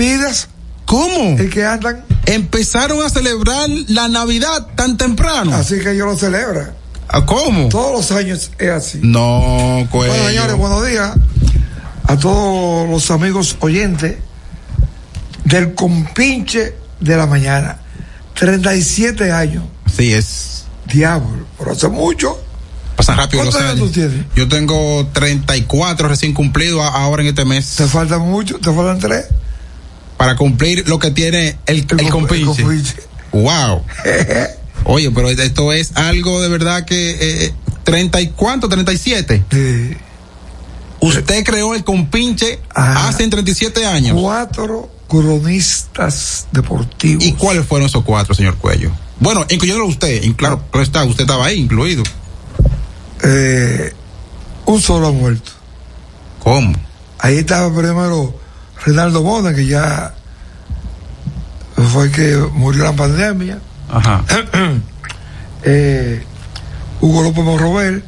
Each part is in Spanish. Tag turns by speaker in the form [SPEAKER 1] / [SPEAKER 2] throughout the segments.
[SPEAKER 1] vidas
[SPEAKER 2] ¿Cómo?
[SPEAKER 1] y que andan,
[SPEAKER 2] Empezaron a celebrar la Navidad tan temprano.
[SPEAKER 1] así que ellos lo celebran.
[SPEAKER 2] ¿Ah, ¿Cómo?
[SPEAKER 1] Todos los años es así.
[SPEAKER 2] No, cuello.
[SPEAKER 1] Bueno, señores, buenos días a todos los amigos oyentes del compinche de la mañana. 37 años,
[SPEAKER 2] Así es.
[SPEAKER 1] diablo, pero hace mucho.
[SPEAKER 2] Pasan rápido los
[SPEAKER 1] ¿Cuántos años
[SPEAKER 2] años.
[SPEAKER 1] tú tienes?
[SPEAKER 2] Yo tengo 34 recién cumplido a- ahora en este mes.
[SPEAKER 1] Te faltan mucho, te faltan tres.
[SPEAKER 2] Para cumplir lo que tiene el, el,
[SPEAKER 1] comp- el
[SPEAKER 2] compinche. Wow. Oye, pero esto es algo de verdad que... Eh, ¿30 y cuánto? ¿37?
[SPEAKER 1] Sí.
[SPEAKER 2] Usted creó el compinche
[SPEAKER 1] Ah.
[SPEAKER 2] hace 37 años.
[SPEAKER 1] cuatro cronistas deportivos.
[SPEAKER 2] ¿Y cuáles fueron esos cuatro, señor Cuello? Bueno, incluyéndolo usted, in- claro, claro está, usted estaba ahí incluido.
[SPEAKER 1] Eh, un solo ha muerto.
[SPEAKER 2] ¿Cómo?
[SPEAKER 1] Ahí estaba primero Reinaldo Bona, que ya fue el que murió en la pandemia.
[SPEAKER 2] Ajá.
[SPEAKER 1] Eh, Hugo López Morrobel,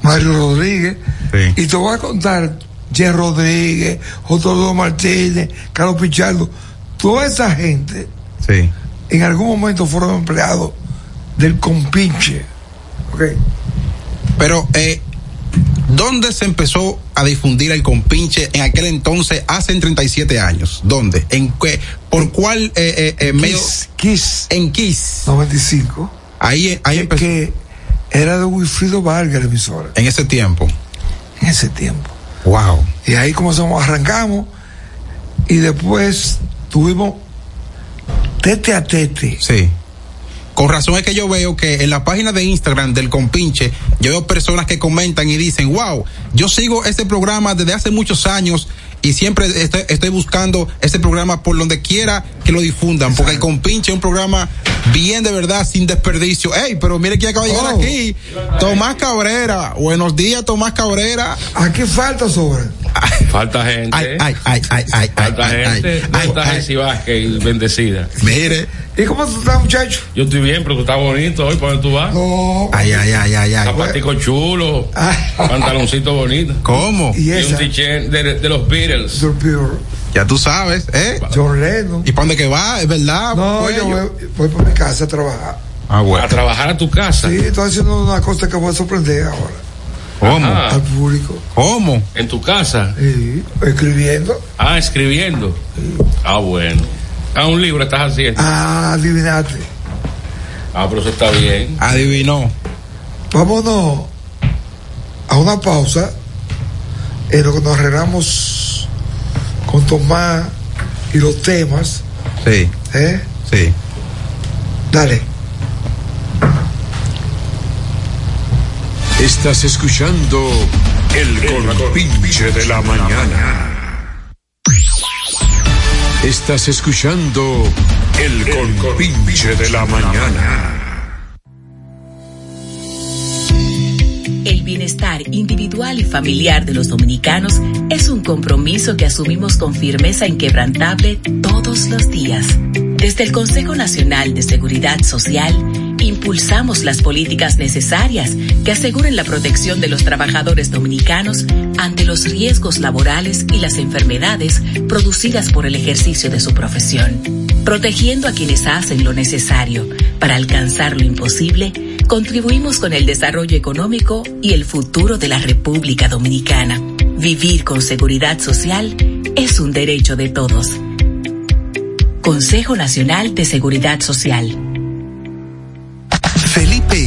[SPEAKER 1] Mario Rodríguez.
[SPEAKER 2] Sí.
[SPEAKER 1] Y te voy a contar, Jen Rodríguez, Otto Martínez, Carlos Pichardo. Toda esa gente
[SPEAKER 2] Sí.
[SPEAKER 1] en algún momento fueron empleados del compinche. ¿ok?
[SPEAKER 2] Pero, eh, ¿dónde se empezó a difundir el compinche en aquel entonces, hace 37 años? ¿Dónde? ¿En qué? ¿Por cuál eh, eh, eh, medio?
[SPEAKER 1] Kiss, Kiss
[SPEAKER 2] En Kiss.
[SPEAKER 1] 95,
[SPEAKER 2] Ahí, ahí empezó.
[SPEAKER 1] que era de Wilfrido Vargas, la emisora,
[SPEAKER 2] En ese tiempo.
[SPEAKER 1] en ese tiempo.
[SPEAKER 2] Wow.
[SPEAKER 1] Y ahí comenzamos, arrancamos. Y después tuvimos tete a tete.
[SPEAKER 2] Sí. Con razón es que yo veo que en la página de Instagram del compinche, yo veo personas que comentan y dicen, wow, yo sigo este programa desde hace muchos años y siempre estoy, estoy buscando este programa por donde quiera que lo difundan, porque el compinche es un programa bien de verdad, sin desperdicio. Ey, pero mire quién acaba de llegar
[SPEAKER 1] Oh.
[SPEAKER 2] aquí, Tomás Cabrera. Buenos días, Tomás Cabrera.
[SPEAKER 1] Aquí falta sobre.
[SPEAKER 3] Falta gente.
[SPEAKER 2] Ay, ay, ay, ay, ay, ay,
[SPEAKER 3] Falta
[SPEAKER 2] ay,
[SPEAKER 3] gente.
[SPEAKER 2] ay,
[SPEAKER 3] Falta
[SPEAKER 2] ay, ay.
[SPEAKER 3] Jessy Vázquez, bendecida.
[SPEAKER 2] Mire,
[SPEAKER 1] ¿Y cómo tú estás, muchacho?
[SPEAKER 3] Yo estoy bien, pero tú estás bonito hoy. ¿Para dónde tú vas?
[SPEAKER 1] No.
[SPEAKER 2] ay, ay, ay, ay, ay.
[SPEAKER 3] Zapatico chulo.
[SPEAKER 1] Ay.
[SPEAKER 3] Pantaloncito bonito.
[SPEAKER 2] ¿Cómo?
[SPEAKER 3] Y
[SPEAKER 1] Y
[SPEAKER 3] un
[SPEAKER 1] esa,
[SPEAKER 3] t-shirt de, de los Beatles.
[SPEAKER 1] Sir Peter,
[SPEAKER 2] Ya tú sabes, ¿eh?
[SPEAKER 1] John Lennon.
[SPEAKER 2] ¿Y para dónde que va? ¿Es verdad?
[SPEAKER 1] No,
[SPEAKER 2] Pues,
[SPEAKER 1] yo voy, voy para mi casa a trabajar.
[SPEAKER 2] Ah,
[SPEAKER 3] A
[SPEAKER 2] bueno.
[SPEAKER 3] trabajar a tu casa.
[SPEAKER 1] Sí, estoy haciendo una cosa que voy a sorprender ahora
[SPEAKER 2] ¿Cómo?
[SPEAKER 3] Ah,
[SPEAKER 1] al público.
[SPEAKER 2] ¿Cómo?
[SPEAKER 3] en tu casa.
[SPEAKER 1] Sí, escribiendo.
[SPEAKER 3] Ah, escribiendo. Ah, bueno. Ah, un libro estás haciendo.
[SPEAKER 1] Ah, adivinate.
[SPEAKER 3] Ah, pero eso está bien.
[SPEAKER 2] Adivinó.
[SPEAKER 1] Vámonos a una pausa en lo que nos arreglamos con Tomás y los temas.
[SPEAKER 2] Sí,
[SPEAKER 1] ¿eh?
[SPEAKER 2] sí.
[SPEAKER 1] Dale.
[SPEAKER 4] Estás escuchando el compinche de la mañana. Estás escuchando el compinche de la mañana.
[SPEAKER 5] El bienestar individual y familiar de los dominicanos es un compromiso que asumimos con firmeza inquebrantable todos los días. Desde el Consejo Nacional de Seguridad Social, impulsamos las políticas necesarias que aseguren la protección de los trabajadores dominicanos ante los riesgos laborales y las enfermedades producidas por el ejercicio de su profesión protegiendo a quienes hacen lo necesario para alcanzar lo imposible, contribuimos con el desarrollo económico y el futuro de la República Dominicana. Vivir con seguridad social es un derecho de todos. Consejo Nacional de Seguridad Social.
[SPEAKER 6] Felipe y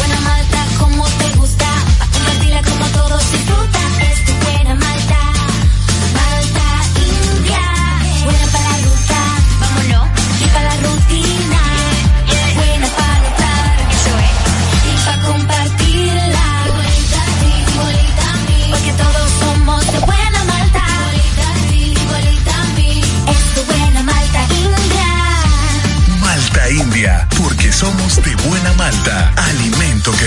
[SPEAKER 7] buena malta, como te gusta. A compartirla como todos disfrutan. Es tu buena malta, malta india. Buena para la ruta, vámonos. Y para la rutina, buena para eh.
[SPEAKER 8] somos de buena malta, alimento que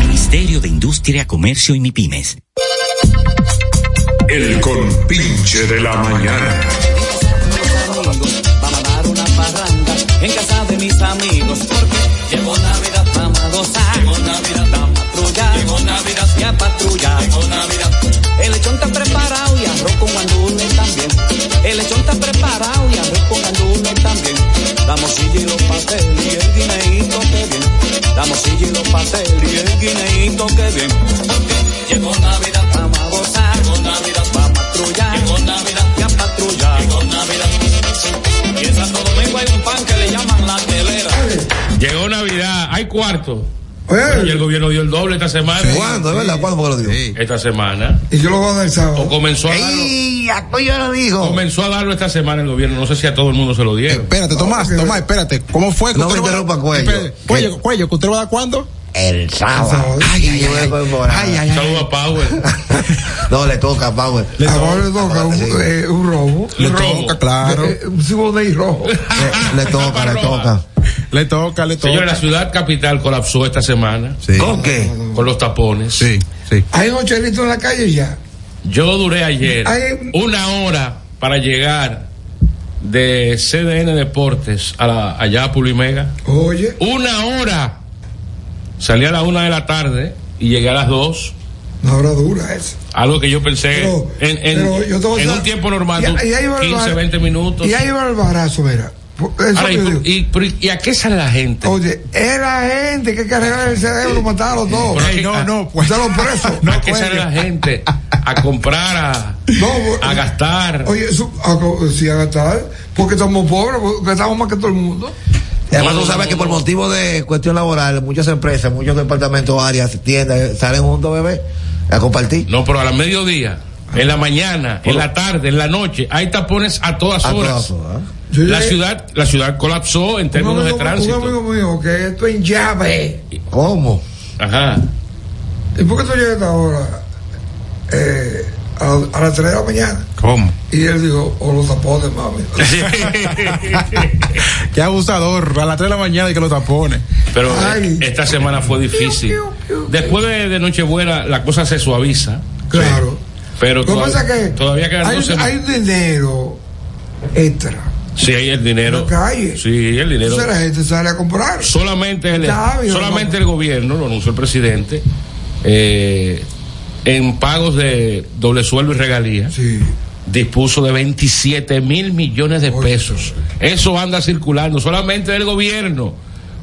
[SPEAKER 9] Ministerio de Industria, Comercio y MIPIMES.
[SPEAKER 4] El compinche de la mañana.
[SPEAKER 10] Para dar una parranda en casa de mis amigos. Porque llegó Navidad para gozar. Llegó Navidad para patrullar. Llegó Navidad y a patrullar. Llegó Navidad. El lechón está preparado y arroz con gandules también. El lechón está preparado y arroz con gandules también. La morcilla y los pasteles y el guineíto que bien. La morcilla y los pasteles y el guineíto que bien. Porque llegó Navidad para gozar. Llegó Navidad para patrullar. Llegó Navidad y a patrullar. Llegó Navidad. Y en Santo Domingo hay un pan que le llaman la telera.
[SPEAKER 3] Llegó Navidad, hay cuarto.
[SPEAKER 1] Eh,
[SPEAKER 3] Y el gobierno dio el doble esta semana.
[SPEAKER 11] ¿Cuándo? ¿Es verdad? ¿Cuándo fue que lo digo?
[SPEAKER 3] Esta semana.
[SPEAKER 1] y yo lo voy a dar el
[SPEAKER 3] O
[SPEAKER 1] sábado.
[SPEAKER 3] comenzó a darlo.
[SPEAKER 11] pues lo dijo?
[SPEAKER 3] Comenzó a darlo esta semana el gobierno. No sé si a todo el mundo se lo dieron.
[SPEAKER 2] Espérate, Tomás, Tomás, espérate. ¿Cómo fue que
[SPEAKER 11] No
[SPEAKER 2] usted
[SPEAKER 11] me
[SPEAKER 2] lo va-
[SPEAKER 11] interrumpa, Cuello.
[SPEAKER 2] Espérate, Cuello, cuello, ¿que usted lo va a dar cuándo?
[SPEAKER 11] El sábado.
[SPEAKER 2] Ay, ay,
[SPEAKER 11] Y
[SPEAKER 2] ay.
[SPEAKER 11] luego temporada.
[SPEAKER 2] Ay, ay,
[SPEAKER 3] Un Saludo a Power.
[SPEAKER 11] No, le toca, Power.
[SPEAKER 1] A Pablo le toca un,
[SPEAKER 11] Sí.
[SPEAKER 1] eh, un robo.
[SPEAKER 2] Le
[SPEAKER 3] Robo.
[SPEAKER 2] toca, claro.
[SPEAKER 1] Eh, eh, un Siboney rojo.
[SPEAKER 11] Le, le toca, le toca.
[SPEAKER 2] Le toca, le toca.
[SPEAKER 3] Señores, la ciudad capital colapsó esta semana
[SPEAKER 2] Sí.
[SPEAKER 11] ¿Con qué?
[SPEAKER 3] con los tapones.
[SPEAKER 2] Sí, sí.
[SPEAKER 1] Hay un chelitos en la calle ya.
[SPEAKER 3] Yo duré ayer
[SPEAKER 1] Ay.
[SPEAKER 3] una hora para llegar de CDN Deportes a la, allá a Pulimega.
[SPEAKER 1] Oye,
[SPEAKER 3] Una hora. Salí a la una de la tarde y llegué a las dos.
[SPEAKER 1] una hora dura eso.
[SPEAKER 3] Algo que yo pensé
[SPEAKER 1] Pero-
[SPEAKER 3] en, en-
[SPEAKER 1] pero yo te voy a
[SPEAKER 3] en
[SPEAKER 1] dar-
[SPEAKER 3] un tiempo normal,
[SPEAKER 1] Y- y ahí va el
[SPEAKER 3] 15,
[SPEAKER 1] bar-
[SPEAKER 3] 20 minutos.
[SPEAKER 1] Y ahí va el barazo, mira. Por- eso
[SPEAKER 3] Ahora,
[SPEAKER 1] que
[SPEAKER 3] ¿y,
[SPEAKER 1] yo
[SPEAKER 3] por-
[SPEAKER 1] digo.
[SPEAKER 3] y por- y a qué sale la gente?
[SPEAKER 1] Oye, es la gente que hay que arreglar el cerebro, matarlo todo.
[SPEAKER 3] Pero
[SPEAKER 2] Ey,
[SPEAKER 3] aquí- ah,
[SPEAKER 2] no,
[SPEAKER 3] a-
[SPEAKER 2] no, pues.
[SPEAKER 1] Usted los presos.
[SPEAKER 3] ¿A qué sale la gente? A comprar, a,
[SPEAKER 1] No, bo-
[SPEAKER 3] a gastar.
[SPEAKER 1] Oye, eso, a co- sí, a gastar, porque estamos pobres, porque gastamos más que todo el mundo.
[SPEAKER 11] Y además
[SPEAKER 3] No,
[SPEAKER 11] tú
[SPEAKER 3] no,
[SPEAKER 11] sabes
[SPEAKER 3] no,
[SPEAKER 11] que por
[SPEAKER 3] no.
[SPEAKER 11] motivo de cuestión laboral, muchas empresas, muchos departamentos, áreas, tiendas, eh, salen juntos, bebé, a compartir.
[SPEAKER 3] No, pero a la mediodía, en la mañana, en la tarde, en la noche, hay tapones a todas
[SPEAKER 11] A
[SPEAKER 3] horas.
[SPEAKER 11] todas horas.
[SPEAKER 1] Yo
[SPEAKER 3] La
[SPEAKER 1] llegué-
[SPEAKER 3] ciudad, la ciudad colapsó en
[SPEAKER 1] un
[SPEAKER 3] términos de
[SPEAKER 1] amigo- Un amigo
[SPEAKER 3] tránsito.
[SPEAKER 1] mío que esto en llave.
[SPEAKER 11] ¿Cómo?
[SPEAKER 3] Ajá.
[SPEAKER 1] ¿Y por qué tú llegas ahora eh, a, a las 3 de la mañana?
[SPEAKER 2] ¿Cómo?
[SPEAKER 1] Y él dijo, o los tapones, mami.
[SPEAKER 2] Qué abusador. A las 3 de la mañana y que lo tapone.
[SPEAKER 3] Pero
[SPEAKER 1] Ay.
[SPEAKER 3] esta semana fue difícil.
[SPEAKER 1] Piu, piu, piu.
[SPEAKER 3] Después de, de Nochebuena, la cosa se suaviza.
[SPEAKER 1] Claro.
[SPEAKER 3] Pero
[SPEAKER 1] Lo que
[SPEAKER 3] todavía,
[SPEAKER 1] pasa es que
[SPEAKER 3] todavía quedan
[SPEAKER 1] hay,
[SPEAKER 3] dos semanas.
[SPEAKER 1] hay un dinero extra.
[SPEAKER 3] Sí, hay el dinero.
[SPEAKER 1] En la calle.
[SPEAKER 3] Sí, el dinero.
[SPEAKER 1] Entonces la gente sale a comprar.
[SPEAKER 3] Solamente el,
[SPEAKER 1] Está bien,
[SPEAKER 3] solamente
[SPEAKER 1] vamos.
[SPEAKER 3] el gobierno, lo anunció el presidente, eh, en pagos de doble sueldo y regalías,
[SPEAKER 1] Sí.
[SPEAKER 3] dispuso de 27 mil millones de
[SPEAKER 1] Oye.
[SPEAKER 3] pesos. Eso anda circulando, solamente del gobierno,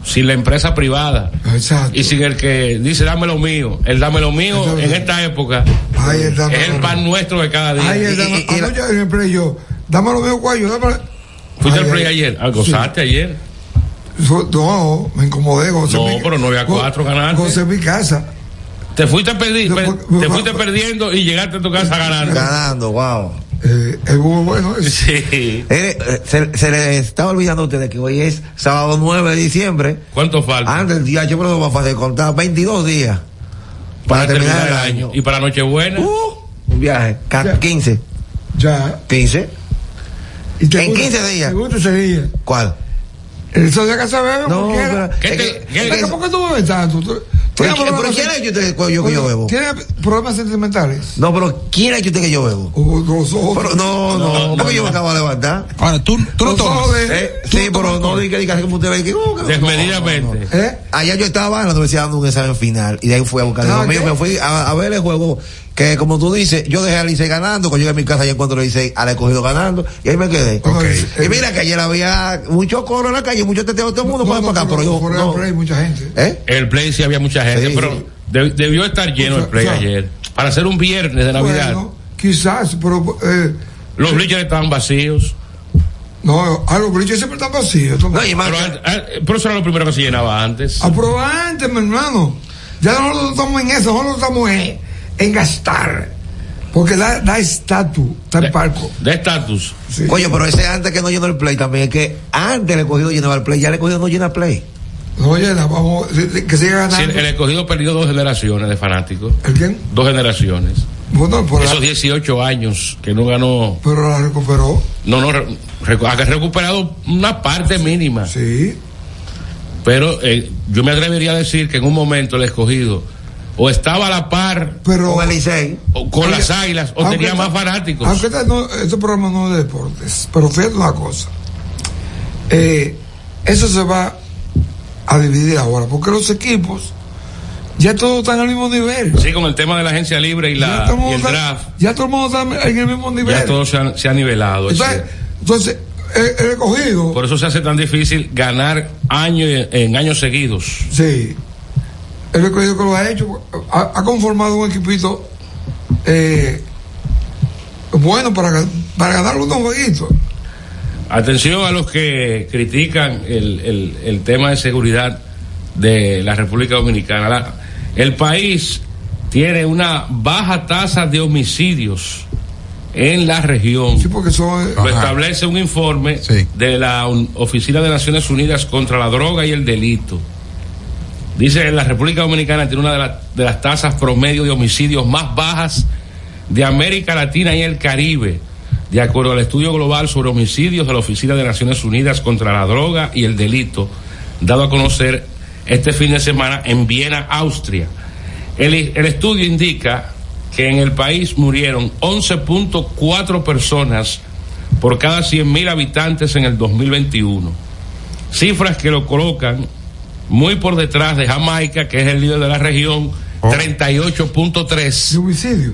[SPEAKER 3] sin la empresa privada.
[SPEAKER 1] Exacto.
[SPEAKER 3] Y sin el que dice dame lo mío, el dame lo mío
[SPEAKER 1] Exacto.
[SPEAKER 3] en esta época
[SPEAKER 1] Ahí está,
[SPEAKER 3] es el
[SPEAKER 1] mano.
[SPEAKER 3] pan nuestro de cada día.
[SPEAKER 1] Ahí
[SPEAKER 11] Y-
[SPEAKER 1] está.
[SPEAKER 11] y- y la-
[SPEAKER 1] Anoche en el play yo, dámelo mío, cuello, dámelo.
[SPEAKER 3] ¿Fuiste al
[SPEAKER 1] Ay,
[SPEAKER 3] play
[SPEAKER 1] ay.
[SPEAKER 3] ayer? Ah, ¿Gozaste ayer?
[SPEAKER 1] So- No, me incomodé. Gocé
[SPEAKER 3] No, pero nueve a
[SPEAKER 1] go-
[SPEAKER 3] cuatro ganaste.
[SPEAKER 1] Gocé mi casa.
[SPEAKER 3] Te fuiste, a pedir-
[SPEAKER 1] No,
[SPEAKER 3] pe-
[SPEAKER 1] porque-
[SPEAKER 3] te fuiste perdiendo y llegaste a tu casa ganando.
[SPEAKER 11] Ganando, wow.
[SPEAKER 1] Eh, es muy bueno. eso.
[SPEAKER 3] Sí.
[SPEAKER 11] Eh, eh, se, se le estaba olvidando a ustedes que hoy es sábado 9 de diciembre.
[SPEAKER 3] ¿Cuánto falta?
[SPEAKER 11] Antes el día, yo creo que va a fácil contar 22 días para, terminar, el año.
[SPEAKER 3] Y para Nochebuena.
[SPEAKER 11] Uh, un viaje, Ca-
[SPEAKER 1] Ya.
[SPEAKER 11] 15.
[SPEAKER 1] Ya.
[SPEAKER 11] 15.
[SPEAKER 1] Y te
[SPEAKER 11] En 15 días.
[SPEAKER 1] ¿Te gusta ese día?
[SPEAKER 11] ¿Cuál?
[SPEAKER 1] Eso de casa bebe
[SPEAKER 11] No,
[SPEAKER 1] como quiera.
[SPEAKER 11] pero-
[SPEAKER 3] ¿Qué te-
[SPEAKER 11] es que-
[SPEAKER 3] qué-
[SPEAKER 11] es que-
[SPEAKER 1] Venga, ¿Por qué tú bebes tanto? Tú-
[SPEAKER 11] ¿Pero
[SPEAKER 1] ¿Tienes
[SPEAKER 11] quién- pero
[SPEAKER 1] problemas
[SPEAKER 11] quién ha
[SPEAKER 1] sen-
[SPEAKER 11] hecho usted que yo- que yo bebo?
[SPEAKER 1] ¿Tienes problemas sentimentales?
[SPEAKER 11] No, pero ¿quién ha hecho usted que yo bebo?
[SPEAKER 1] O los ojos.
[SPEAKER 11] Pero no, no,
[SPEAKER 3] No,
[SPEAKER 11] porque yo me acabo de levantar.
[SPEAKER 2] Ahora, tú, tú no
[SPEAKER 1] Los ojos
[SPEAKER 2] tomas.
[SPEAKER 1] de-
[SPEAKER 11] Eh, sí, pero no diga diga así como usted ve que. uh, que-
[SPEAKER 3] Desmedidamente.
[SPEAKER 1] ¿Eh?
[SPEAKER 11] Allá yo estaba en la universidad dando un examen final y de ahí fui a buscar.
[SPEAKER 1] Ah,
[SPEAKER 11] Digo, mío,
[SPEAKER 1] ¿qué?
[SPEAKER 11] me fui a, a ver el juego que, como tú dices, yo dejé al Licey ganando. Cuando llegué a mi casa, ya encuentro al Licey al escogido ganando y ahí me quedé.
[SPEAKER 1] Ok.
[SPEAKER 11] Y mira que ayer había mucho coro en la calle, mucho teteo, todo el mundo fue para acá, pero yo.
[SPEAKER 1] por
[SPEAKER 11] no.
[SPEAKER 1] el play, mucha gente.
[SPEAKER 11] ¿Eh?
[SPEAKER 3] El play sí había mucha gente,
[SPEAKER 11] Sí,
[SPEAKER 3] pero
[SPEAKER 11] sí.
[SPEAKER 3] de- debió estar lleno
[SPEAKER 1] O sea,
[SPEAKER 3] el play
[SPEAKER 1] o sea,
[SPEAKER 3] ayer. Para hacer un viernes de Navidad.
[SPEAKER 1] Bueno, quizás, pero. Eh,
[SPEAKER 3] Los bleachers estaban vacíos.
[SPEAKER 1] No, a los boliches siempre están vacíos.
[SPEAKER 3] No, y pero, an- an- pero eso era lo primero que se llenaba antes.
[SPEAKER 1] Aproba antes, mi hermano. Ya nosotros estamos en eso, nosotros estamos en, en gastar. Porque da, da estatus, está el palco.
[SPEAKER 3] De estatus.
[SPEAKER 11] Oye, pero ese antes que no llenó el play también, es que antes el escogido llenaba el play, ya el escogido no llena play.
[SPEAKER 1] No llena, vamos, que siga ganando.
[SPEAKER 3] Sí, el escogido perdió dos generaciones de fanáticos.
[SPEAKER 1] quién?
[SPEAKER 3] Dos generaciones.
[SPEAKER 1] Bueno, por
[SPEAKER 3] Esos 18 años que no ganó.
[SPEAKER 1] Pero la recuperó.
[SPEAKER 3] No, no, re- recu- ha recuperado una parte mínima.
[SPEAKER 1] Sí.
[SPEAKER 3] Pero eh, yo me atrevería a decir que en un momento el escogido o estaba a la par
[SPEAKER 1] pero,
[SPEAKER 3] con,
[SPEAKER 11] Licey.
[SPEAKER 3] las águilas o
[SPEAKER 1] aunque
[SPEAKER 3] tenía
[SPEAKER 1] esta-
[SPEAKER 3] más fanáticos.
[SPEAKER 1] Aunque esta no- este programa no es de deportes, pero fíjate una cosa. Eh, eso se va a dividir ahora, porque los equipos ya todos están al mismo nivel.
[SPEAKER 3] Sí, con el tema de la agencia libre y, la,
[SPEAKER 1] todo el mundo
[SPEAKER 3] y el
[SPEAKER 1] está-
[SPEAKER 3] draft,
[SPEAKER 1] Ya todo el mundo está en el mismo nivel.
[SPEAKER 3] ya todo se ha, se ha nivelado. es
[SPEAKER 1] entonces, entonces eh, el escogido
[SPEAKER 3] Por eso se hace tan difícil ganar año en- en años seguidos.
[SPEAKER 1] Sí. El recorrido que lo ha hecho ha, ha conformado un equipito eh, bueno para, ga- para ganar unos jueguitos.
[SPEAKER 3] Atención a los que critican el, el- el tema de seguridad de la República Dominicana. La- el país tiene una baja tasa de homicidios en la región.
[SPEAKER 1] porque son.
[SPEAKER 3] Lo establece un informe de la Un- Oficina de Naciones Unidas contra la Droga y el Delito. Dice que la República Dominicana tiene una de, la- de las tasas promedio de homicidios más bajas de América Latina y el Caribe, de acuerdo al estudio global sobre homicidios de la Oficina de Naciones Unidas contra la Droga y el Delito, dado a conocer este fin de semana en Viena, Austria. El, el estudio indica que en el país murieron 11.4 personas por cada 100.000 habitantes en el 2021. Cifras que lo colocan muy por detrás de Jamaica, que es el líder de la región, 38.3.
[SPEAKER 1] homicidio?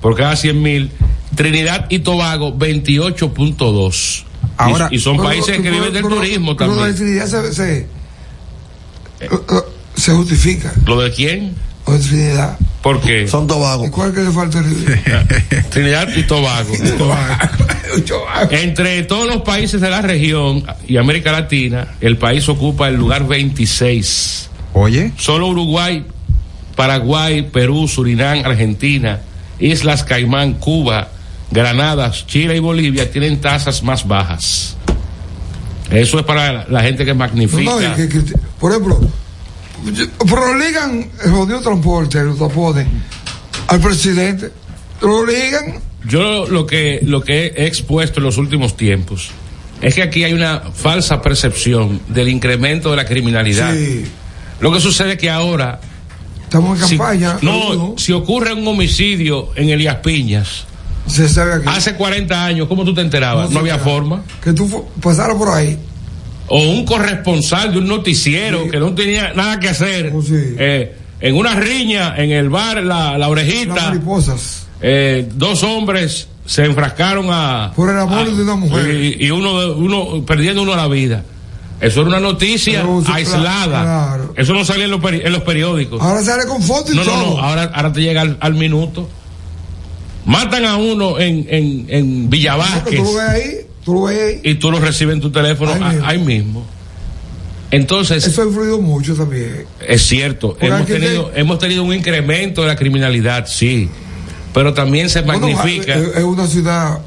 [SPEAKER 3] Por cada 100.000. Trinidad y Tobago, 28.2. Y-
[SPEAKER 2] Ahora-
[SPEAKER 3] y, son
[SPEAKER 2] Pero-
[SPEAKER 3] países que
[SPEAKER 2] pero-
[SPEAKER 3] viven del
[SPEAKER 2] pero-
[SPEAKER 3] turismo
[SPEAKER 1] Pero la
[SPEAKER 3] también.
[SPEAKER 1] infinidad se, se, se justifica.
[SPEAKER 3] ¿Lo de quién?
[SPEAKER 1] La infinidad.
[SPEAKER 3] ¿Por qué?
[SPEAKER 11] Son Tobago.
[SPEAKER 1] ¿Cuál que le falta el
[SPEAKER 3] Trinidad y Tobago. Entre todos los países de la región y América Latina, el país ocupa el lugar 26.
[SPEAKER 2] Oye.
[SPEAKER 3] Solo Uruguay, Paraguay, Perú, Surinam, Argentina, Islas Caimán, Cuba, Granadas, Chile y Bolivia tienen tasas más bajas. Eso es para la- la gente que magnifica.
[SPEAKER 1] No, no, y que- que- por ejemplo, yo- proligan eh, el jodido transporte, lo tapones al presidente. Proligan.
[SPEAKER 3] Yo lo que, lo que he expuesto en los últimos tiempos es que aquí hay una falsa percepción del incremento de la criminalidad. Lo que sucede es que ahora...
[SPEAKER 1] Estamos en campaña.
[SPEAKER 3] Si, no, si ocurre un homicidio en Elías Piñas,
[SPEAKER 1] se sabe aquí.
[SPEAKER 3] hace 40 años, ¿cómo tú te enterabas? Ah, No,
[SPEAKER 1] No se
[SPEAKER 3] había
[SPEAKER 1] enteraba.
[SPEAKER 3] forma.
[SPEAKER 1] Que tú fu- pasaras por ahí.
[SPEAKER 3] O un corresponsal de un noticiero que no tenía nada que hacer.
[SPEAKER 1] Oh,
[SPEAKER 3] eh, en una riña, en el bar, la, la orejita.
[SPEAKER 1] Las mariposas.
[SPEAKER 3] eh, dos hombres se enfrascaron a.
[SPEAKER 1] Por el amor
[SPEAKER 3] a-
[SPEAKER 1] de una mujer.
[SPEAKER 3] Y, y uno, de- uno perdiendo uno la vida. Eso era una noticia
[SPEAKER 1] Pero, sí,
[SPEAKER 3] aislada.
[SPEAKER 1] claro.
[SPEAKER 3] Eso no salía en los, peri- en los periódicos.
[SPEAKER 1] Ahora sale con foto y
[SPEAKER 3] no,
[SPEAKER 1] todo.
[SPEAKER 3] No, no, ahora, ahora te llega al, al minuto. Matan a uno en, en, en Villa
[SPEAKER 1] Tú lo
[SPEAKER 3] Vázquez
[SPEAKER 1] ves ahí, tú lo ves ahí.
[SPEAKER 3] y tú lo recibes en tu teléfono a- ahí mismo. Entonces.
[SPEAKER 1] Eso ha influido mucho también.
[SPEAKER 3] Es cierto,
[SPEAKER 1] Porque
[SPEAKER 3] hemos
[SPEAKER 1] aquí
[SPEAKER 3] tenido, hemos tenido un incremento de la criminalidad, sí, pero también se
[SPEAKER 1] Bueno,
[SPEAKER 3] magnifica.
[SPEAKER 1] es- es eh, una ciudad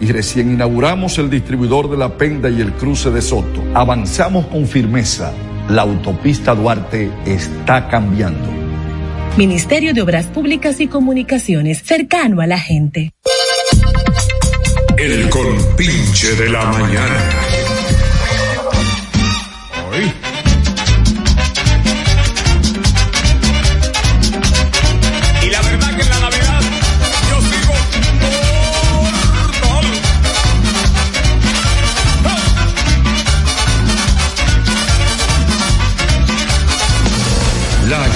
[SPEAKER 12] y recién inauguramos el distribuidor de la Penda y el cruce de Soto. Avanzamos con firmeza. La autopista Duarte está cambiando.
[SPEAKER 13] Ministerio de Obras Públicas y Comunicaciones, cercano a la gente.
[SPEAKER 4] El Compinche de la Mañana.
[SPEAKER 14] Y la verdad que en la Navidad yo sigo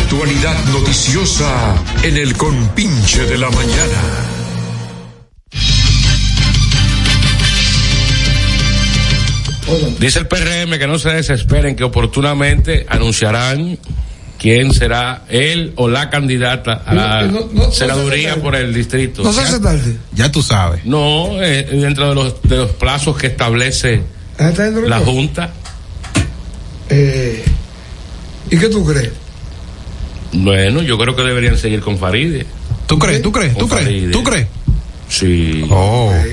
[SPEAKER 4] Actualidad noticiosa en el compinche de la mañana.
[SPEAKER 3] Dice el PRM que no se desesperen, que oportunamente anunciarán quién será él o la candidata a la
[SPEAKER 1] No, no, no, no se
[SPEAKER 3] senaduría
[SPEAKER 1] hace
[SPEAKER 3] por el distrito.
[SPEAKER 1] No se hace tarde.
[SPEAKER 2] Ya tú sabes.
[SPEAKER 3] No, eh, dentro de los, de los plazos que establece
[SPEAKER 1] Ah, está dentro del
[SPEAKER 3] la
[SPEAKER 1] plazo.
[SPEAKER 3] Junta.
[SPEAKER 1] Eh, ¿Y qué tú crees?
[SPEAKER 3] Bueno, yo creo que deberían seguir con Faride.
[SPEAKER 2] ¿Tú crees? ¿Tú crees? ¿Tú crees? ¿Tú crees?
[SPEAKER 3] Sí.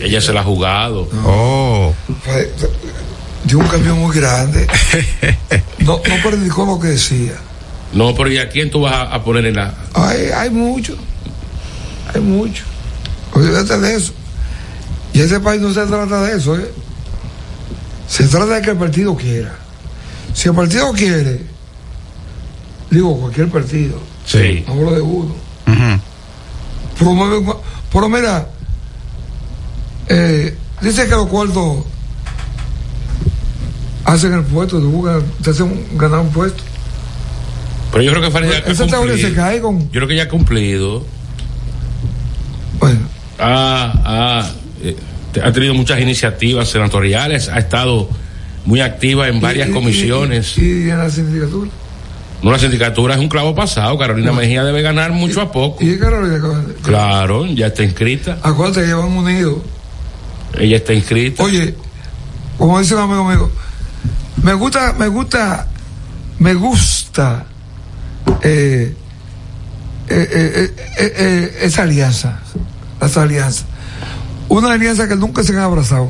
[SPEAKER 3] Ella se la ha jugado.
[SPEAKER 2] Oh.
[SPEAKER 1] Dio un cambio muy grande. No, no predicó lo que decía.
[SPEAKER 3] No, pero ¿y a quién tú vas a, a poner en la.?
[SPEAKER 1] Hay, hay mucho. Hay mucho. Olvídate de eso. Y este país no se trata de eso, ¿eh? Se trata de que el partido quiera. Si el partido quiere, digo, cualquier partido,
[SPEAKER 2] Sí.
[SPEAKER 1] no hablo de uno, promueve. cua- Pero mira, eh, dice que los cuartos hacen el puesto, te buscan- te hacen un- ganar un puesto.
[SPEAKER 3] Pero yo creo que Faride. ya
[SPEAKER 1] Esa teoría se
[SPEAKER 3] cumplido.
[SPEAKER 1] cae con.
[SPEAKER 3] Yo creo que ya ha cumplido.
[SPEAKER 1] Bueno.
[SPEAKER 3] Ah, ah, eh, te- ha tenido muchas iniciativas senatoriales, ha estado muy activa en varias comisiones.
[SPEAKER 1] Y, y en la sindicatura.
[SPEAKER 3] No, la sindicatura es un clavo pasado. Carolina Mejía debe ganar mucho a poco.
[SPEAKER 1] Y Carolina,
[SPEAKER 3] Claro, ya está inscrita.
[SPEAKER 1] acuérdate que van unidos.
[SPEAKER 3] Ella está inscrita.
[SPEAKER 1] Oye, como dice un amigo mío, me gusta, me gusta, me gusta eh, eh, eh, eh, eh, esa alianza, las alianzas. Una alianza que nunca se han abrazado.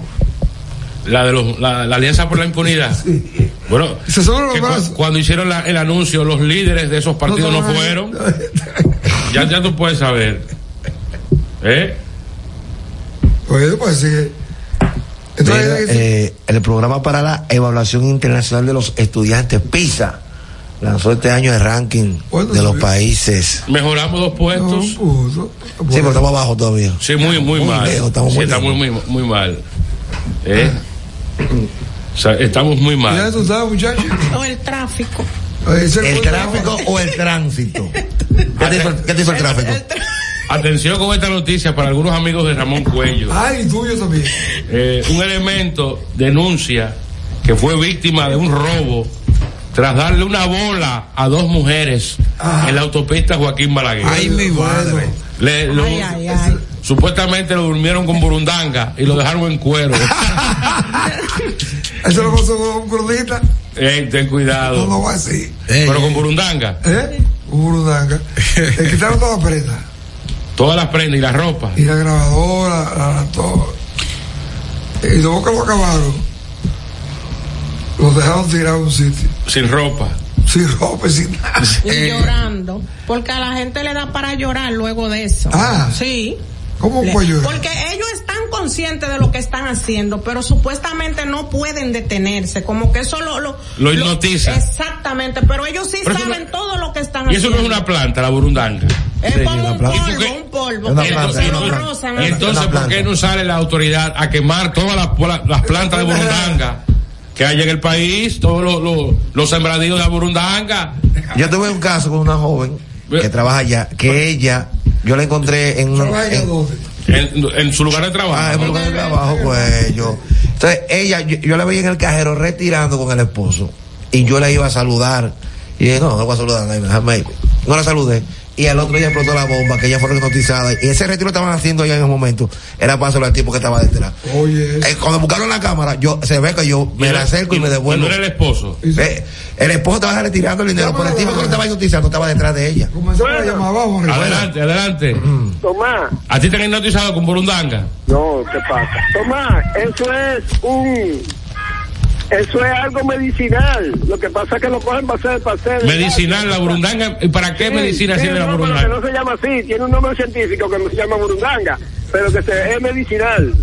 [SPEAKER 3] La de los, la, la Alianza por la Impunidad. Bueno,
[SPEAKER 1] Se sobran los
[SPEAKER 3] que cu-
[SPEAKER 1] brazos.
[SPEAKER 3] cuando hicieron la- el anuncio, los líderes de esos partidos no,
[SPEAKER 1] no, no,
[SPEAKER 3] fueron. ya, ya tú puedes saber. ¿Eh?
[SPEAKER 1] Oye, pues sí.
[SPEAKER 11] Mira, eh, el programa para la evaluación internacional de los estudiantes PISA lanzó este año el ranking de los países.
[SPEAKER 3] Mejoramos dos
[SPEAKER 1] pues,
[SPEAKER 3] puestos.
[SPEAKER 11] Sí, pero estamos abajo todavía.
[SPEAKER 3] Sí, muy, muy,
[SPEAKER 11] Muy
[SPEAKER 3] mal.
[SPEAKER 11] lejos, estamos
[SPEAKER 3] Sí,
[SPEAKER 11] muy
[SPEAKER 3] estamos muy, muy mal. ¿Eh? O sea, estamos muy mal.
[SPEAKER 1] Ah. ¿Ya tú sabes, muchachos?
[SPEAKER 14] O el tráfico.
[SPEAKER 11] ¿El tráfico o el tránsito? ¿Qué te hizo- qué te hizo el tráfico?
[SPEAKER 3] Atención con esta noticia para algunos amigos de Ramón Cuello.
[SPEAKER 1] Ay, tuyo también.
[SPEAKER 3] Eh, un elemento denuncia que fue víctima de un robo tras darle una bola a dos mujeres en la autopista Joaquín Balaguer.
[SPEAKER 2] Ay, mi madre.
[SPEAKER 3] Le- Eh, lo- Supuestamente lo durmieron con burundanga y lo dejaron en cuero.
[SPEAKER 1] Eso lo pasó con un gordita.
[SPEAKER 3] Ey, ten cuidado.
[SPEAKER 1] No lo va así.
[SPEAKER 3] Pero con burundanga.
[SPEAKER 1] ¿Eh? Un burundanga. Le quitaron toda la prenda.
[SPEAKER 3] Todas las prendas y la ropa.
[SPEAKER 1] y la grabadora, la, la- todo. Y luego que lo acabaron, los dejaron tirar a un sitio,
[SPEAKER 3] Sin ropa.
[SPEAKER 1] sin ropa, y sin nada.
[SPEAKER 14] Y llorando. Porque a la gente le da para llorar luego de eso.
[SPEAKER 1] Ah.
[SPEAKER 14] Sí.
[SPEAKER 1] ¿Cómo
[SPEAKER 14] Le-
[SPEAKER 1] puede llorar?
[SPEAKER 14] Porque ellos están conscientes de lo que están haciendo, pero supuestamente no pueden detenerse. Como que eso lo. Lo,
[SPEAKER 3] Lo hipnotiza.
[SPEAKER 14] exactamente. Pero ellos sí
[SPEAKER 3] Pero eso
[SPEAKER 14] saben todo lo que están
[SPEAKER 3] Y eso
[SPEAKER 14] haciendo.
[SPEAKER 3] no es una planta, la burundanga.
[SPEAKER 14] Es como un
[SPEAKER 3] planta. ¿Y por
[SPEAKER 14] polvo,
[SPEAKER 3] qué?
[SPEAKER 14] un polvo.
[SPEAKER 3] Una
[SPEAKER 14] que
[SPEAKER 3] planta,
[SPEAKER 14] entonces
[SPEAKER 3] una
[SPEAKER 14] lo
[SPEAKER 3] planta.
[SPEAKER 14] rozan.
[SPEAKER 3] Y entonces, ¿por qué no sale la autoridad a quemar todas las, las- las plantas de burundanga que hay en el país? Todos los, los, los sembradíos de burundanga.
[SPEAKER 11] Yo tuve un caso con una joven que trabaja allá, que ella, yo la encontré en una. en-
[SPEAKER 3] En, en su lugar de trabajo.
[SPEAKER 11] Ah, en un lugar de trabajo, pues yo. Entonces, ella, yo, yo la veía en el cajero retirando con el esposo. Y yo la iba a saludar. Y dije, no, no voy a saludar a nadie, déjame ir. No la saludé. Y al otro día explotó la bomba, que ella fue notizada. Y ese retiro que estaban haciendo allá en el momento era para saludar al tipo que estaba detrás.
[SPEAKER 1] Oye.
[SPEAKER 11] Eh, cuando buscaron la cámara, yo se ve que yo me la acerco y, me devuelvo.
[SPEAKER 3] ¿No era el esposo?
[SPEAKER 11] Eh, el esposo estaba retirando el dinero, pero el tipo que lo estaba notizando estaba detrás de ella.
[SPEAKER 3] Adelante, adelante.
[SPEAKER 15] Tomás,
[SPEAKER 3] ¿A ti te han hipnotizado con burundanga?
[SPEAKER 15] no, ¿qué pasa? Tomás, eso es un... Eso es algo medicinal. Lo que pasa es que lo cogen para hacer... Para hacer
[SPEAKER 3] Medicinal, la burundanga. ¿Y para qué
[SPEAKER 15] Sí,
[SPEAKER 3] medicina
[SPEAKER 15] tiene
[SPEAKER 3] sirve
[SPEAKER 15] un
[SPEAKER 3] la
[SPEAKER 15] nombre
[SPEAKER 3] burundanga?
[SPEAKER 15] que no se llama así, tiene un nombre científico que se llama burundanga, pero que se, es medicinal.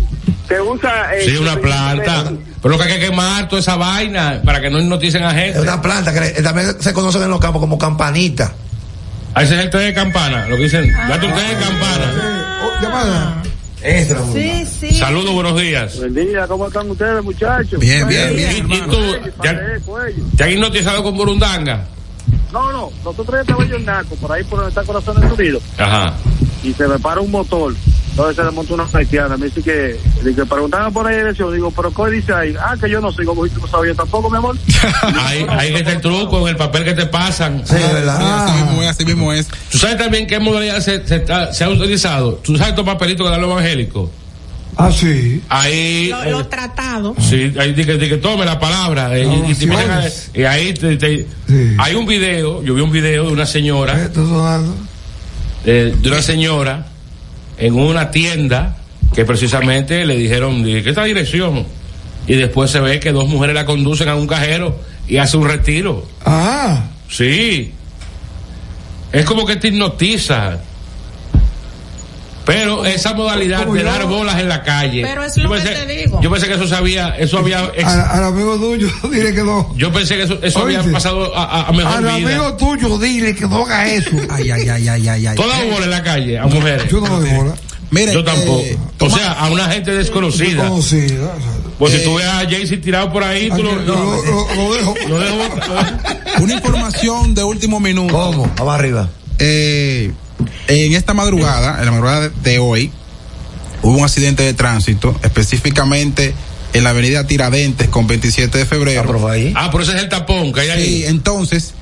[SPEAKER 15] Se usa... eh,
[SPEAKER 3] Sí, una planta. Pero lo que hay que quemar toda esa vaina para que no hipnoticen a gente.
[SPEAKER 11] Es una planta que le- también se conocen en los campos como campanita.
[SPEAKER 3] Ah, ese es el té de campana, lo que dicen. Date un té de campana.
[SPEAKER 1] Llamada.
[SPEAKER 11] Extra,
[SPEAKER 15] Sí, sí.
[SPEAKER 3] Saludos, buenos días.
[SPEAKER 15] Buen día, ¿cómo están ustedes, muchachos?
[SPEAKER 3] Bien, bien, bien. ¿Y tú?
[SPEAKER 15] Padre,
[SPEAKER 3] ¿Te han hipnotizado con burundanga?
[SPEAKER 15] pues, No, no, nosotros ya estamos en Naco, por ahí por donde está Corazones Unidos,
[SPEAKER 3] Ajá.
[SPEAKER 15] y se me para un motor. Entonces se le monta una haitiana. Me dice que, le que preguntaban por la dirección. Digo, pero ¿qué dice ahí? Ah, que yo no sé, como dijiste, no sabía tampoco, mi amor.
[SPEAKER 3] Ahí, ahí es el truco, en el papel que te pasan. Sí, así mismo es, así mismo es. ¿Tú sabes también qué modalidad se, se está- se ha utilizado? ¿Tú sabes estos papelitos que dan los evangélicos?
[SPEAKER 1] Ah, sí.
[SPEAKER 3] Ahí...
[SPEAKER 14] Los
[SPEAKER 3] eh,
[SPEAKER 14] tratados.
[SPEAKER 3] Sí, ahí di que, di que tome la palabra. eh, y, y te ponen a-
[SPEAKER 1] oraciones.
[SPEAKER 3] y eh, ahí te- te- hay un video, yo vi un video de una señora, eh, de una señora en una tienda que precisamente le dijeron, di que esta dirección. Y después se ve que dos mujeres la conducen a un cajero y hace un retiro.
[SPEAKER 1] Ah,
[SPEAKER 3] Sí. Es como que te hipnotiza. Pero esa modalidad
[SPEAKER 1] como
[SPEAKER 3] de
[SPEAKER 1] yo.
[SPEAKER 3] dar bolas en la calle.
[SPEAKER 1] Pero es
[SPEAKER 3] yo
[SPEAKER 1] lo que
[SPEAKER 3] pensé-
[SPEAKER 1] te digo.
[SPEAKER 3] Yo pensé que eso sabía, eso había ex-
[SPEAKER 1] al, al amigo tuyo, dile que no.
[SPEAKER 3] yo pensé que eso, eso había
[SPEAKER 1] Oíste.
[SPEAKER 3] pasado a, a- a mejor
[SPEAKER 1] al
[SPEAKER 3] vida.
[SPEAKER 1] amigo tuyo, dile que no haga eso. ay, ay, ay, ay, ay, ay.
[SPEAKER 3] Todas bolas en la calle a mujeres.
[SPEAKER 1] Yo no doy bola.
[SPEAKER 3] yo tampoco. o sea, a una gente desconocida.
[SPEAKER 1] Desconocida.
[SPEAKER 3] Pues
[SPEAKER 1] Eh,
[SPEAKER 3] si tú ves a Jaycee tirado por ahí, tú lo, no,
[SPEAKER 1] dejo.
[SPEAKER 2] Una información de último minuto. ¿Cómo?
[SPEAKER 11] Vamos arriba.
[SPEAKER 2] en esta madrugada, en la madrugada de hoy, hubo un accidente de tránsito, específicamente en la avenida Tiradentes con 27 de febrero.
[SPEAKER 3] Ah, pero ese es el tapón que hay ahí.
[SPEAKER 2] Sí, entonces,